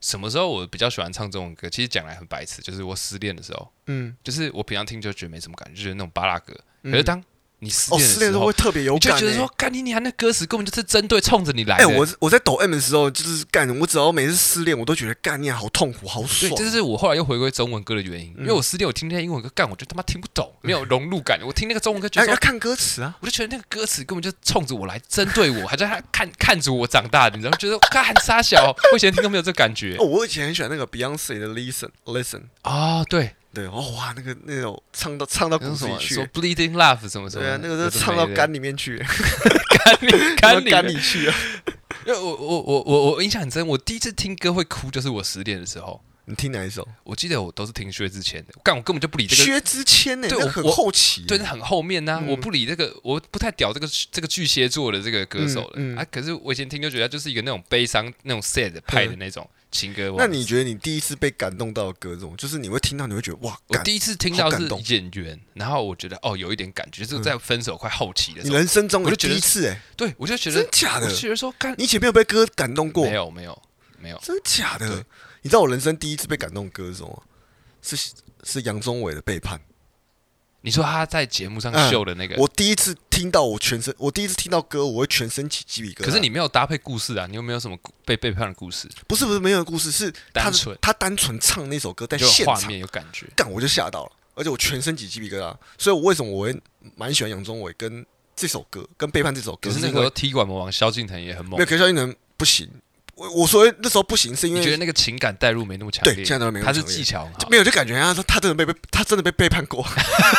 A: 什么时候我比较喜欢唱中文歌？其实讲来很白痴，就是我失恋的时候，
B: 嗯，
A: 就是我平常听就觉得没什么感觉，就是那种巴拉歌。
B: 嗯
A: 可是当你失
B: 哦，
A: 恋的
B: 失恋
A: 时
B: 都
A: 候，
B: 会特别有
A: 你就
B: 感、欸，
A: 觉得说，干你娘，那歌词根本就是针对冲着你来
B: 哎、
A: 的。
B: 我我在抖 M 的时候，就是干，我只要每次失恋，我都觉得干你好痛苦，好
A: 对，
B: 爽。哎
A: 这是我后来又回归中文歌的原因，因为我失恋，我听那些英文歌，干我就他妈听不懂，没有融入感。我听那个中文歌，觉
B: 哎
A: 得
B: 要
A: 说
B: 看歌词啊，
A: 我就觉得那个歌词根本就冲着我来，针对我，还在他看看着我长大的，你知道吗？觉得干傻小，我以前听都没有这感觉
B: 哦，我以前很喜欢那个 Beyonce 的 Listen Listen，
A: 啊、对，
B: 对，哦哇，那个那种唱到唱到
A: 那
B: 骨
A: 种
B: 子
A: 什
B: 里
A: 么
B: 去
A: 说
B: 欸，
A: bleeding love 什么什么，
B: 对啊，那个
A: 是
B: 是唱到肝里面去欸，
A: 干里
B: 唱
A: 干
B: 到
A: 里
B: 肝
A: 的。
B: 里去啊。
A: <laughs> 因为我我我我我印象很深，我第一次听歌会哭就是我失恋的时候，
B: 你听哪一首？
A: 我记得我都是听薛之谦的，干我根本就不理这个。
B: 薛之谦呢？
A: 对
B: 那
A: 我
B: 很
A: 我
B: 后期欸，
A: 对，那很后面呐、
B: 嗯
A: 我不理这个，我不太屌这个这个巨蟹座的这个歌手了、
B: 嗯嗯
A: 啊。可是我以前听就觉得他就是一个那种悲伤、那种 sad 派的那种情歌王子。
B: 那你觉得你第一次被感动到的歌是什么？就是你会听到，你会觉得哇，
A: 我
B: 感
A: 第一次听到
B: 好
A: 是
B: 感动嗯
A: 演员，然后我觉得哦有一点感觉，就是在分手快后期的
B: 你
A: 时候，
B: 人生中
A: 我
B: 的
A: 就觉
B: 第
A: 得
B: 一次哎，
A: 对我就觉得
B: 真假的
A: 我就觉得说干
B: 你以前没有被歌感动过
A: 没？有没有没有，
B: 真假
A: 对
B: 的？你知道我人生第一次被感动的歌是什么吗？是是杨宗纬的《背叛
A: 你说他在节目上
B: 嗯
A: 秀的那个》。，
B: 我第一次听到我全身，我第一次听到歌，我会全身起鸡皮疙瘩。
A: 可是你没有搭配故事啊，你有没有什么故被背叛的故事？
B: 不是不是没有故事，是他
A: 单纯
B: 他单纯唱那首歌在
A: 就有
B: 现
A: 画
B: 场
A: 面有感觉，
B: 干我就吓到了，而且我全身起鸡皮疙瘩。所以我为什么我会蛮喜欢杨宗纬跟这首歌跟《背叛》这首
A: 可
B: 歌？
A: 是那
B: 因
A: 个时
B: 为
A: 候踢馆魔王萧敬腾也很猛
B: 没有，可是萧敬腾不行，我我所谓那时候不行，是因
A: 你觉得
B: 为
A: 那个情感代入没那么强
B: 对
A: 烈，
B: 现在都没有
A: 他是
B: 强烈
A: 技巧很好
B: 没有就感觉啊，他真的被被他真的被背叛过。 <laughs>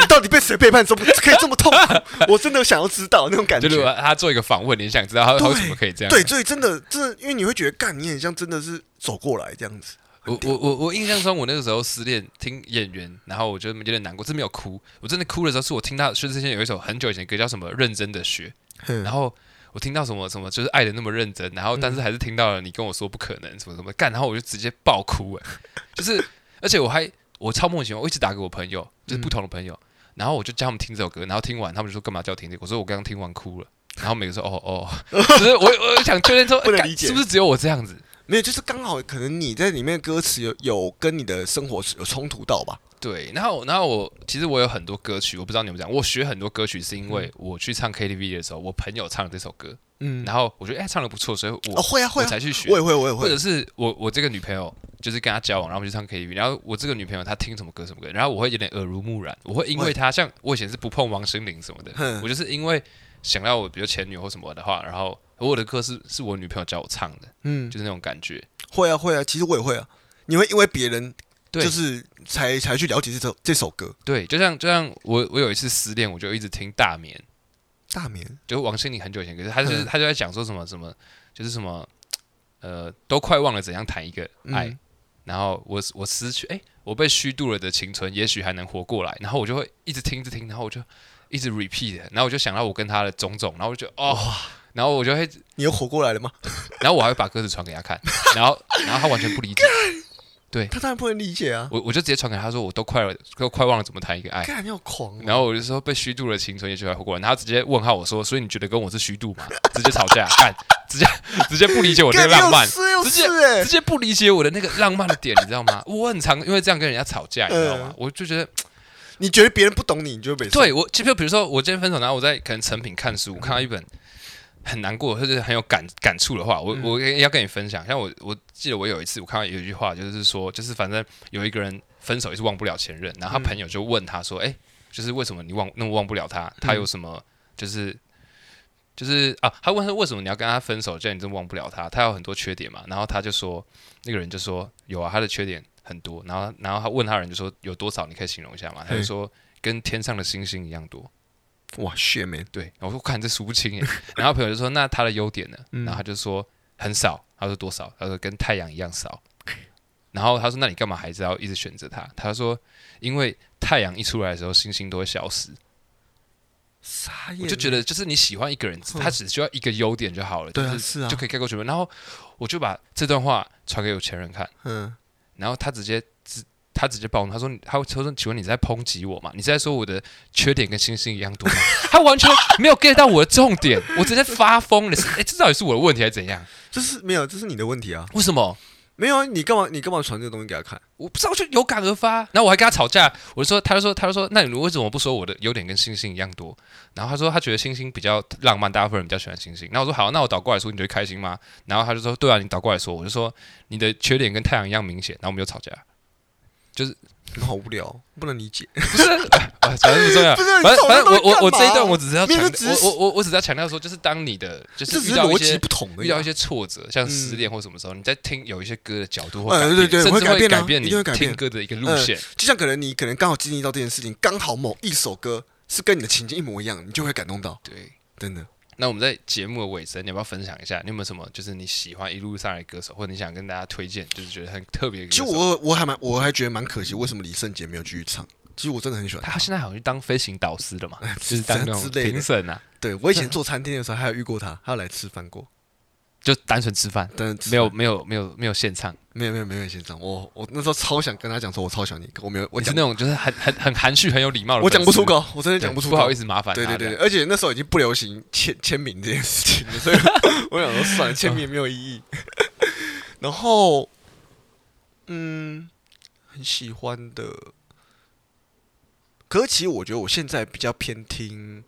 B: 你到底被谁背叛？怎么可以这么痛苦？我真的想要知道那种感
A: 就
B: 觉。
A: 如果他做一个访问，你想知道他他为什么可以这样？
B: 对，所以真的，真的，因为你会觉得，干，你很像真的是走过来这样子。
A: 我我我我印象中，我那个时候失恋，听演员，然后我觉得有点难过，真没有哭。我真的哭的时候，是我听到薛之谦有一首很久以前的歌叫什么《认真的学》，
B: 嗯
A: 然后我听到什么什么就是爱的那么认真，然后但是还是听到了你跟我说不可能什么什么干，然后我就直接爆哭哎、就是而且我还我超梦奇妙，我一直打给我朋友，
B: 嗯
A: 就是不同的朋友，然后我就叫他们听这首歌，然后听完他们就说干嘛叫我听这个？我说我刚刚听完哭了。然后每个说哦哦， <laughs> 就是我我我想确认说，
B: 不能
A: 干
B: 理解
A: 是不是只有我这样子？
B: 没有，就是刚好可能你在里面的歌词有有跟你的生活有冲突到吧？
A: 对，然后然后我其实我有很多歌曲，我不知道你们讲，我学很多歌曲是因为我去唱 KTV 的时候，我朋友唱了这首歌，
B: 嗯，
A: 然后我觉得哎、唱的不错，所以我、
B: 哦，会啊会
A: 我
B: 啊，
A: 才去学，
B: 我也会我也
A: 或者
B: 会，
A: 是我我这个女朋友就是跟她交往，然后我们去唱 KTV，然后我这个女朋友她听什么歌什么歌，然后我会有点耳濡目染，我会因为她像我以前是不碰王心凌什么
B: <laughs>
A: 的
B: 哼，
A: 我就是因为想要我比如前女友或什么的话，然后我的歌是是我女朋友教我唱的，
B: 嗯，
A: 就是那种感觉，
B: 会啊会啊，其实我也会啊。你会因为别人
A: 对
B: 就是才才去了解这首这首歌
A: 对，就像就像我我有一次失恋，我就一直听大眠。
B: 《大眠》
A: 就是王心凌很久以前，可是她就是
B: 嗯
A: 她就在讲说什么什么，就是什么，呃，都快忘了怎样谈一个爱，
B: 嗯
A: 然后我我失去，哎、我被虚度了的青春，也许还能活过来，然后我就会一直听，一直听，然后我就一直 repeat，然后我就想到我跟她的种种，然后我就觉得哦，然后我就会，
B: 你又活过来了吗？
A: 然后我还会把歌词传给她看，然后然后她完全不理解，
B: 他当然不能理解啊，
A: 我我就直接传给她说，我都快了，都快忘了怎么谈一个爱。
B: 干你好狂哦！
A: 然后我就说被虚度了青春，也许还活过来。然后他直接问号我说：“所以你觉得跟我是虚度吗？”直接吵架，干，直接直接不理解我这个
B: 干
A: 浪漫
B: 又，是又
A: 直
B: 是
A: 接
B: 哎
A: 直，接不理解我的那个浪漫的点，你知道吗？我很常因为这样跟人家吵架，你知道吗
B: 嗯？
A: 我就觉得，
B: 你觉得别人不懂你，你就被
A: 对我就就比如说我今天分手，然后我在可能成品看书，我看到一本很难过或者是很有感感触的话，我我要跟你分享。像我我记得我有一次我看到有一句话，就是说就是反正有一个人分手也是忘不了前任，然后他朋友就问他说：“哎、就是为什么你忘那么忘不了他？他有什么就是？”就是啊，他问他为什么你要跟他分手，这样你真忘不了他，他有很多缺点嘛。然后他就说，那个人就说有啊，他的缺点很多。然后然后他问他的人就说有多少，你可以形容一下嘛？他就
B: 嘿
A: 说跟天上的星星一样多。
B: 哇，shit man，
A: 对，然后我说看这数不清耶。 <laughs> 然后朋友就说那他的优点呢？
B: 嗯
A: 然后他就说很少，他说多少？他说跟太阳一样少。然后他说那你干嘛还是要一直选择他？他说因为太阳一出来的时候，星星都会消失。
B: 傻眼，
A: 我就觉得就是你喜欢一个人，他只需要一个优点就好了，
B: 嗯对啊
A: 就是
B: 啊
A: 就可以概括全部。然后我就把这段话传给有钱人看，
B: 嗯，
A: 然后他直接直他直接暴怒，他说你他他说请问你在抨击我吗？你是在说我的缺点跟星星一样多吗？ <laughs> 他完全没有 get 到我的重点，我直接发疯了。哎，这到底是我的问题还是怎样？
B: 这是没有，这是你的问题啊，
A: 为什么？
B: 没有啊，你干嘛你干嘛传这个东西给他看？ <laughs>
A: 我不知道，我就有感而发。然后我还跟他吵架，我就说，他就说，他就说，那你为什么不说我的优点跟星星一样多？然后他说他觉得星星比较浪漫，大部分人比较喜欢星星。然后我说好，那我倒过来说，你觉得开心吗？然后他就说对啊，你倒过来说，我就说啊你的缺点跟太阳一样明显。然后我们就吵架，
B: 你好无聊，不能理解。
A: 不是，啊反正不重要。
B: 不是你
A: 反正
B: 吵架
A: 反正我
B: 到底干嘛啊
A: 我我这一段我只是要强
B: 明
A: 调
B: 明只，是
A: 我我我我只是要强调说，就是当你的就是
B: 这只
A: 遇
B: 是
A: 到一
B: 逻辑
A: 些
B: 不同而已
A: 遇
B: 啊。
A: 到一些挫折，像失
B: 嗯
A: 恋或什么时候，你在听有一些歌的角度或
B: 哎
A: 改变，
B: 对对
A: 甚
B: 会
A: 至
B: 改
A: 会
B: 变啊
A: 改变
B: 一
A: 你
B: 定会改
A: 听
B: 变
A: 歌的一个路
B: 嗯
A: 线。
B: 就像可能你可能刚好经历到这件事情，刚好某一首歌是跟你的情境一模一样，你就会感动到，
A: 对，
B: 真的。
A: 那我们在节目的尾声，你要不要分享一下？你有没有什么就是你喜欢一路上来的歌手，或者你想跟大家推荐，就是觉得很特别的歌
B: 其实
A: 手？
B: 我我还蛮我还觉得蛮可惜，为什么李圣杰没有继续唱？其实我真的很喜欢
A: 他现在好像去当飞行导师了嘛， <laughs> 就是当那
B: 哎之
A: 种
B: 类的
A: 评审啊，
B: 对我以前做餐厅的时候，还有遇过他，他有来吃饭过，
A: 就单纯吃饭，
B: 但
A: 没有没有没有没有现唱，
B: 没有没有没有先生，我我那时候超想跟他讲说，我超想你，我没有我
A: 你是
B: 讲
A: 那种就是很很很含蓄、很有礼貌的
B: 我
A: 粉丝，
B: 讲不出口，我真的
A: 对，
B: 讲不出
A: 不
B: 口，
A: 好意思麻烦他
B: 对
A: 这
B: 对
A: 样。
B: 对对，而且那时候已经不流行签签名这件事情了，所以我想说算了，签名也没有意义。然后，嗯，很喜欢的，可是其实我觉得我现在比较偏听，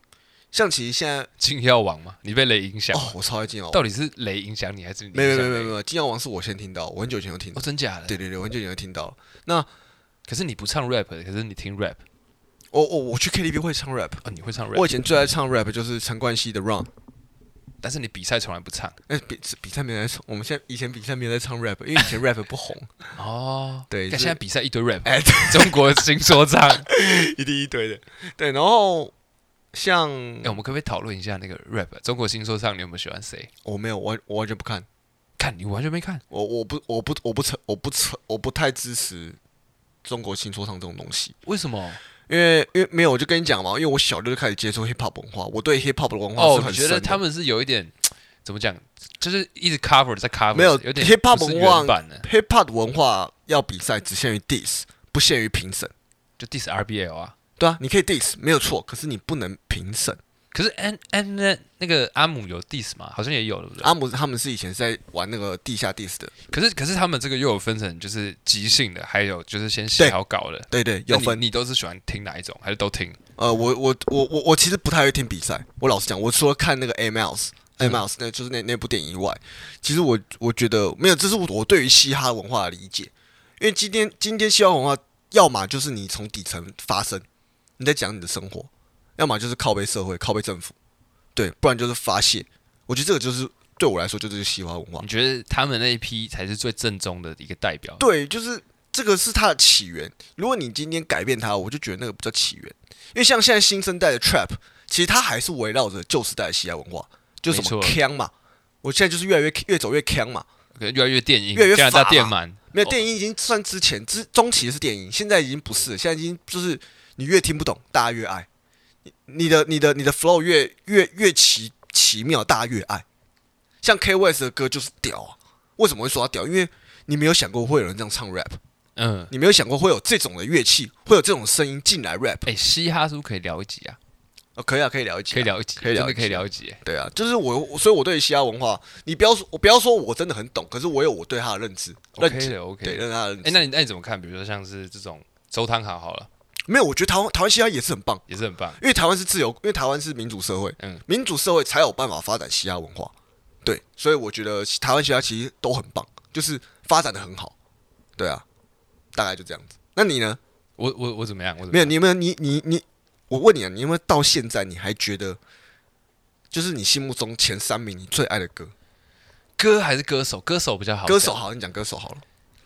B: 像其实现在
A: 金药王嘛，你被雷影响，
B: 哦，我超爱金瑶王，
A: 到底是雷影响你还是你
B: 没有
A: 影
B: 没有
A: 响
B: 没有
A: 雷
B: 没有，金瑶王是我先听到，我很久以前就听
A: 哦，
B: 到，
A: 真假的？
B: 对对对，我很久以前就听到了。
A: 可是你不唱 rap，可是你听 rap
B: 我我我去 KTV 会唱 rap，
A: 哦，你会唱
B: 我
A: rap？
B: 以前最爱唱 rap 就是陈冠希的 Run，
A: 但是你比赛从来不唱
B: 哎，比比赛没有在唱，我们现在以前比赛没有在唱 rap，因为以前 rap 不红。
A: 哦。
B: 对
A: 但
B: 就是
A: 现在比赛一堆 rap，
B: 哎，
A: 中国新说
B: <laughs>
A: 唱。哎，
B: 一定一堆的。对，然后像、
A: 哎我们可不可以讨论一下那个 rap 中国新说唱？你有没有喜欢谁？
B: 我没有，我完我完全不看，
A: 看你完全没看，
B: 我我不我不我不承我不承我不太支持中国新说唱这种东西，
A: 为什么？
B: 因为因为没有，我就跟你讲嘛，因为我小就开始接触 hip hop 文化，我对 hip hop 的文化
A: 哦，
B: 是
A: 我
B: 很
A: 觉
B: 深
A: 得
B: 的。
A: 他们是有一点怎么讲，就是一直 cover 在 cover，
B: 没有
A: 有点
B: hip hop
A: 不是
B: 文化
A: 原版的，
B: hip hop 的文化要比赛只限于 diss，不限于评审。
A: 就 diss RBL 啊。
B: 对啊，你可以 diss 没有错，可是你不能评审。
A: 可是 N N 那那个阿姆有 diss 嘛？好像也有，对不对？
B: 阿姆他们是以前是在玩那个地下 diss 的，
A: 可是可是他们这个又有分成，就是即兴的，还有就是先写
B: 对
A: 好稿的。
B: 对对，
A: 那
B: 有
A: 你
B: 分。
A: 你都是喜欢听哪一种？还是都听？
B: 呃，我我我我我其实不太会听比赛，我老实讲，我除了看那个 A Mouse。A Mouse 那就是那那部电影以外，其实我我觉得没有，这是我我对于嘻哈文化的理解。因为今天今天嘻哈文化，要么就是你从底层发声，你在讲你的生活；要么就是靠背社会、靠背政府，对，不然就是发泄。我觉得这个就是对我来说，就是嘻哈文化
A: 你。觉得他们那一批才是最正宗的一个代表？
B: 对，就是这个是它的起源。如果你今天改变它，我就觉得那个不叫起源，因为像现在新生代的 trap，其实它还是围绕着旧时代的西亚文化，就是什么
A: 没错
B: 腔嘛。我现在就是越来越越走越腔嘛，
A: 可能越来越电音，
B: 越来越
A: 加拿大
B: 法
A: 电满，
B: 没有
A: 哦
B: 电音已经算之前之中期是电音，现在已经不是了，现在已经就是你越听不懂，大家越爱你你的你的你的 flow 越越越奇奇妙，大家越爱。像 K West 的歌就是屌啊，为什么会说他屌？因为你没有想过会有人这样唱 rap。
A: 嗯，
B: 你没有想过会有这种的乐器，会有这种声音进来 rap？、
A: 哎，嘻哈是不是可以聊一集啊？
B: 哦、可以啊，可以聊一集啊、
A: 可以聊一集，
B: 可以聊
A: 真
B: 一
A: 的
B: 集
A: 可以聊一集。欸
B: 对啊，就是我，我所以我对嘻哈文化，你不要说，我不要说我真的很懂，可是我有我对他的认知，认
A: OK
B: 知
A: 的
B: 对，
A: ，OK 的。
B: 认他的认知。
A: 哎，那你那你怎么看？比如说像是这种周汤豪好了，
B: 没有，我觉得台湾台湾嘻哈也是很棒，
A: 也是很棒。
B: 因为台湾是自由，因为台湾是民主社会，
A: 嗯
B: 民主社会才有办法发展嘻哈文化。对，所以我觉得台湾嘻哈其实都很棒，就是发展的很好。对啊，大概就这样子。那你呢？
A: 我我我怎么样？我怎么
B: 没有，
A: 样？
B: 你有没有你你你？我问你啊，你有没有到现在你还觉得，就是你心目中前三名你最爱的歌？
A: 歌还是歌手？歌手比较好。
B: 歌手好，你讲歌手好了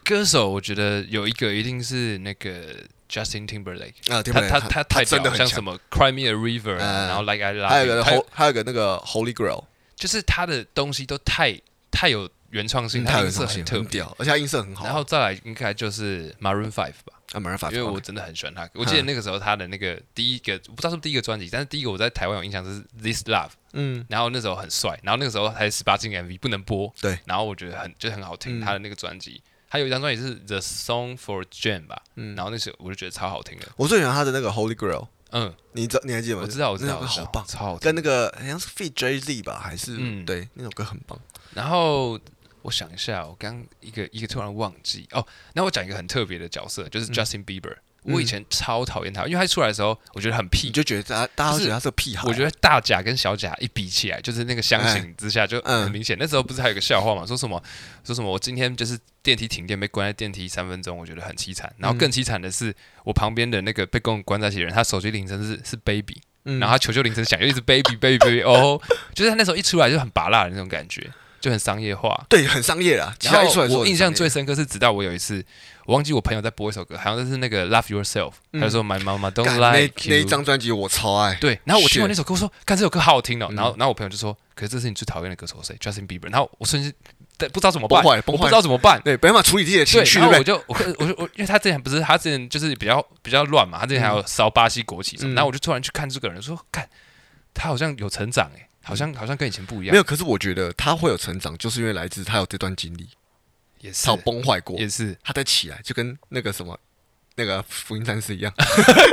A: 歌手，我觉得有一个一定是那个 Justin Timberlake。
B: 啊。
A: 他他他太
B: 真
A: 屌
B: 的
A: 了，像
B: 很强
A: 什。么 Cry Me a River，啊
B: 嗯
A: 然后 Like I Love，
B: 还有一
A: You，
B: 个
A: 他
B: Hol，还有一个那个 Holy Grail，
A: 就是他的东西都太太有原创性，他
B: 太有
A: 音色
B: 东西
A: 很特
B: 很
A: 别。
B: 屌，而且他音色很好。
A: 然后再来应该就是 Maroon Five 吧，
B: 啊，没办法，
A: 因为我真的很喜欢他。我记得那个时候他的那个第一个，我不知道是不是第一个专辑，但是第一个我在台湾有印象就是 This Love，
B: 嗯，
A: 然后那时候很帅，然后那个时候还十八禁 MV 不能播，
B: 对，
A: 然后我觉得很就是很好听
B: 嗯
A: 他的那个专辑，他有一张专辑是 The Song for Jane 吧，
B: 嗯
A: 然后那时候我就觉得超好听的，
B: 我最喜欢他的那个 Holy Grail，
A: 嗯，
B: 你知道你还记得吗？
A: 我知道我知
B: 那
A: 道，
B: 首歌
A: 我知
B: 好
A: 道
B: 棒，
A: 超好听。
B: 跟那个好像是 Fit Jay Z 吧，还是
A: 嗯
B: 对那首歌很棒。
A: 然后我想一下，我刚一个一个突然忘记哦。那我讲一个很特别的角色，就是 Justin Bieber。
B: 嗯
A: 我以前超讨厌他，因为他一出来的时候，我觉得很
B: 你
A: 屁。
B: 就觉得大家大家
A: 就
B: 都
A: 是
B: 觉得他是个屁孩啊，
A: 我觉得大甲跟小甲一比起来，就是那个相形之下就
B: 嗯
A: 很明显。那时候不是还有个笑话嘛，说什么说什么我今天就是电梯停电被关在电梯三分钟，我觉得很凄惨。然后更凄惨的是，我旁边的那个被跟我关在一起的人，他手机铃声是是 baby，
B: 嗯，
A: 然后他求救铃声响，就一直 baby <laughs> baby baby 哦，就是他那时候一出来就很拔辣的那种感觉，就很商业化。
B: 对很商业啦，其
A: 然
B: 他一出
A: 后
B: 来的时候
A: 我
B: 很
A: 印象
B: 商业
A: 最深刻是，直到我有一次，我忘记我朋友在播一首歌，好像是那个《Love Yourself》，
B: 嗯
A: 他就说 My Mama
B: 干
A: Don't
B: 那
A: Like
B: 那一
A: You。
B: 张专辑我超爱，
A: 对，然后我听完
B: 是
A: 那首歌，我说：“看这首歌好好听哦。”
B: 嗯
A: 然后，然后我朋友就说：“可是这是你最讨厌的歌手谁？Justin Bieber。”然后我瞬间但不知道怎么办，
B: 崩坏
A: 我
B: 崩坏
A: 不知道怎么办。
B: 对，没办法处理自己的
A: 对
B: 情，绪，
A: 然
B: 对
A: 后
B: 不
A: 我就
B: 对？
A: 我我就我，因为他之前不是他之前就是比较比较乱嘛，他之前还有烧巴西国旗什么，
B: 嗯
A: 然后我就突然去看这个人，说：“看他好像有成长诶，好像好像跟以前不一样。”
B: 嗯没有，可是我觉得他会有成长，就是因为来自他有这段经历，
A: 也是
B: 他有崩坏过，
A: 也
B: <laughs>
A: 是
B: 他再起来，就跟那个什么那个福音战士一样。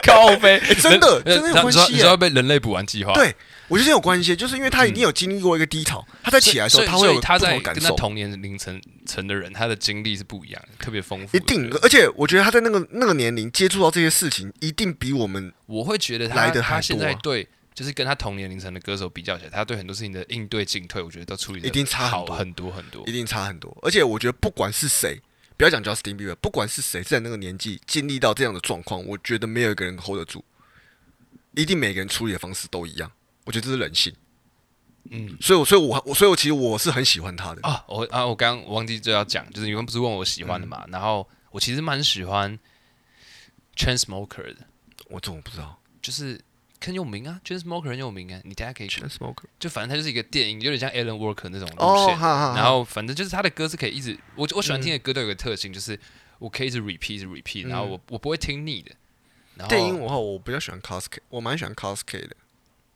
A: 高飞，
B: 欸真的真的有
A: 你
B: 关
A: 知道
B: 系
A: 你
B: 耶
A: 知道被人类补完计划。
B: 欸 <laughs> 对，我觉得有关系，就是因为他一定有经历过一个低潮，他再起来的时
A: 嗯所
B: 候，
A: 以
B: 会
A: 所以
B: 有
A: 他
B: 不同
A: 在
B: 的感
A: 跟他
B: 受，
A: 同年龄层层的人，他的经历是不一样的，特别丰富。
B: 一定
A: 我觉。得
B: 而且我觉得他在那个那个年龄接触到这些事情，一定比我们
A: 我会觉得他
B: 来得还
A: 他现在
B: 多啊
A: 对，就是跟他同年龄层的歌手比较起来，他对很多事情的应对进退，我觉得都处理的
B: 一定差很
A: 好
B: 多
A: 很多很多
B: 一。定差很多。而且我觉得不管是谁，不要讲 Justin Bieber，不管是谁在那个年纪经历到这样的状况，我觉得没有一个人 hold 得住，一定每个人处理的方式都一样。我觉得这是人性。
A: 嗯
B: 所以我所以我我所以我其实我是很喜欢他的。
A: 啊，我啊，我刚刚忘记这要讲，就是你们不是问我喜欢的
B: 嗯
A: 嘛？然后我其实蛮喜欢 Chainsmoker 的，
B: 我这我不知道
A: 就是很有名啊，Chainsmoker 很有名啊，你大家可以
B: c h a n Smoker
A: 就反正它就是一个电影，有点像 Alan Walker 那种路
B: 哦，
A: 线。
B: 哈哈，哈
A: 然后反正就是他的歌是可以一直，我我喜欢听的歌都有个特性，就是我可以一直 repeat 一直 repeat，
B: 嗯
A: 然后我我不会听腻的。然后
B: 电音文化我比较喜欢 Cosplay，我蛮喜欢 Cosplay 的，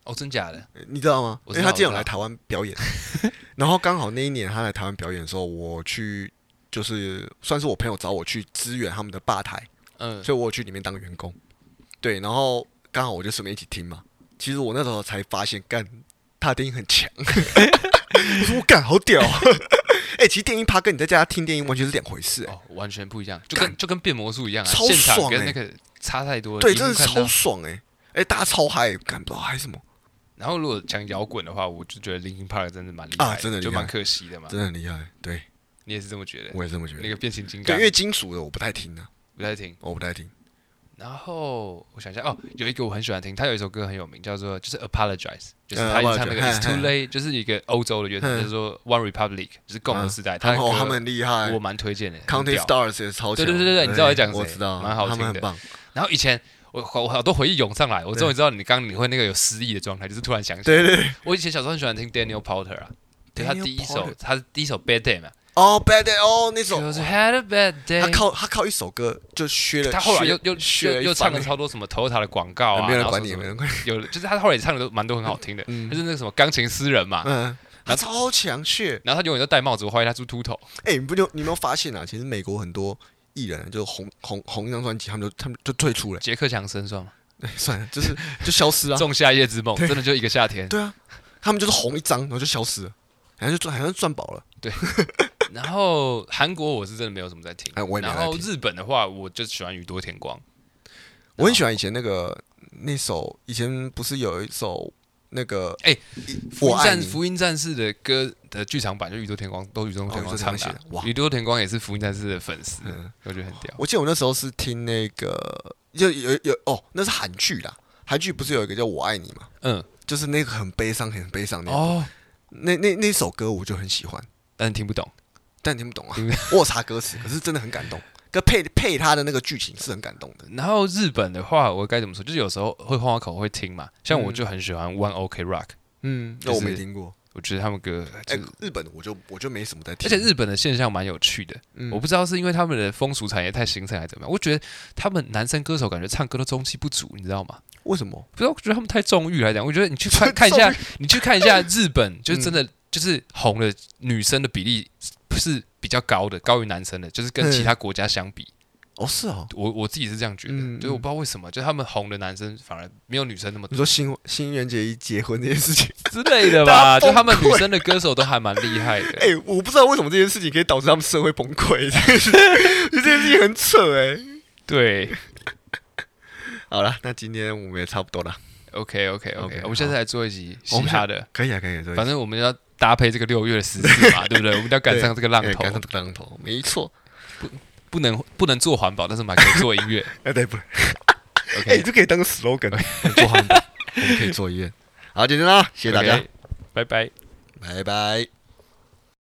A: 哦，真假的？
B: 你知道吗？
A: 我
B: 因
A: 知
B: 为
A: 道
B: 他之前有
A: 我知道
B: 来台湾表演， <laughs> 然后刚好那一年他来台湾表演的时候，我去就是算是我朋友找我去支援他们的吧台，
A: 嗯，
B: 所以我有去里面当员工。对，然后刚好我就顺便一起听嘛。其实我那时候才发现，干他电音很强。 <laughs> 我说我干好屌、啊！ <laughs> 哎、其实电音趴跟你在家听电音完全是两回事、哎
A: 哦，完全不一样，就跟就跟变魔术一样啊，
B: 超
A: 现场
B: 爽
A: 跟
B: 欸
A: 那个差太多了。
B: 对，
A: 荧幕
B: 真的是
A: 看到
B: 超爽哎、哎、大家超嗨，干不知道嗨什么，
A: 然后如果讲摇滚的话，我就觉得 Linkin Park 真的蛮厉害
B: 啊真的厉害
A: 就蛮可惜的嘛。
B: 真的很厉害。对，
A: 你也是这么觉得？
B: 我也这么觉
A: 那
B: 得。
A: 个变形金
B: 对，
A: 刚
B: 因为金属的我不太听啊，
A: 不太听。
B: 我不太听。
A: 然后我想一下，哦，有一个我很喜欢听，他有一首歌很有名，叫做就是 Apologize，就是他唱那个
B: 嗯 Apologize，
A: It's Too
B: 嘿
A: Late，就是一个欧洲的乐团，
B: 嗯
A: 就是说 One Republic，就是共和时代，
B: 他
A: 哎他的
B: 们哦，他们
A: 歌
B: 很厉害
A: 我。蛮推荐的。很
B: Counting
A: 屌
B: Stars 也超强。
A: 对对对对对你知道我在讲谁
B: 我知道，
A: 蛮好听的
B: 他们很棒。
A: 然后以前我我好多回忆涌上来，我终于知道你刚刚你会那个有失忆的状态，就是突然想起来。
B: 对对对。
A: 我以前小时候很喜欢听 Daniel Porter 啊，对他
B: Daniel
A: 第一
B: Porter
A: 首，他第一首 Bad Day 嘛，
B: 哦，Bad Day，哦，那首
A: 就是啊 Had a Bad
B: 他
A: Day。
B: 靠他靠一首歌就削了，
A: 他后来又
B: 削
A: 又
B: 削
A: 又
B: 了
A: 又
B: 一
A: 唱
B: 番
A: 了超多什么 Toyota 的广告啊，
B: 没
A: 然
B: 有人
A: 后
B: 管你，
A: 什
B: 没
A: 么
B: 人管你。
A: 有，就是他后来也唱的都蛮多很好听的，
B: 嗯
A: 就是那个什么钢琴诗人嘛，
B: 嗯，
A: 啊然后
B: 他超强血。
A: 然后他永远都戴帽子，我怀疑他是秃头。
B: 哎，你不就你有没有发现啊？其实美国很多艺人啊就红红红一张专辑，他们就他们就退出了，
A: 杰克强森算吗？
B: 算了，就是就
A: <laughs>
B: 消失啊。
A: 仲夏夜之梦真的就一个夏天。
B: 对啊，他们就是红一张，然后就消失了，好像就赚好像赚饱了。
A: 然后韩国我是真的没有什么在听
B: 哎，我也没
A: 然
B: 有
A: 后
B: 在听
A: 日本的话，我就喜欢宇多田光。
B: 我很喜欢以前那个那首，以前不是有一首那个
A: 哎
B: 一
A: 福
B: 我
A: 音
B: 爱
A: 战
B: 你
A: 福音战士的歌的剧场版就宇多田光，都宇多田光唱的啊
B: 哦宇多田光写的哇
A: 宇多田光也是福音战士的粉丝
B: 嗯，
A: 我觉得很屌。
B: 我记得我那时候是听那个，就有有哦，那是韩剧啦，韩剧不是有一个叫《我爱你》吗？
A: 嗯，
B: 就是那个很悲伤、很悲伤的、
A: 哦，
B: 那那那首歌，我就很喜欢，
A: 但是听不懂。
B: 但听
A: <laughs>
B: 不懂啊
A: 听，
B: 我有查歌词，可是真的很感动。跟配配他的那个剧情是很感动的。
A: 然后日本的话，我该怎么说？就是有时候会换换口会听嘛，像我
B: 嗯
A: 就很喜欢 One OK Rock，
B: 嗯，
A: 就
B: 那
A: 是
B: 我没听过。
A: 我觉得他们歌
B: 哎、
A: 就是
B: 日本的我就我就没什么在听，
A: 而且日本的现象蛮有趣的，
B: 嗯
A: 我不知道是因为他们的风俗产业太形成还是怎么样。我觉得他们男生歌手感觉唱歌都中气不足，你知道吗？
B: 为什么？
A: 不知道，我觉得他们太纵欲来讲。我觉得你去
B: <laughs>
A: 看看一下，你去看一下日本，就是
B: 嗯
A: 真的就是红的女生的比例是比较高的，高于男生的，就是跟
B: 嗯
A: 其他国家相比，
B: 哦，是哦，
A: 我我自己是这样觉得。
B: 嗯
A: 就是我不知道为什么，就是他们红的男生反而没有女生那么
B: 你
A: 多
B: 说新新垣结衣结婚这件事情， <laughs>
A: 之类的吧。
B: 大家
A: 就
B: 崩溃
A: 他们女生的歌手都还蛮厉害的。
B: <laughs> 哎、我不知道为什么这件事情可以导致他们社会崩溃， <laughs> 这件事情很扯哎、
A: 对
B: 好了，那今天我们也差不多了，
A: ，OK OK OK，
B: OK，
A: 我们下次来做一集其
B: 我们
A: 他的。
B: 可以啊，可以、啊，可以、啊
A: 反。正我们要搭配这个六月的十四
B: <laughs>
A: 嘛，对不对？我们要赶上这个浪
B: 哎
A: 头
B: 赶，上这个浪头，没错。
A: 不能不能做环保，但是我们还可以做音乐。
B: 哎，对不？ <laughs> 哎，你
A: OK，
B: 这可以当个 slogan，
A: <laughs>
B: 做好，我们可以做医院。好，就这样啦，谢谢大家，
A: OK，拜拜。
B: 拜拜。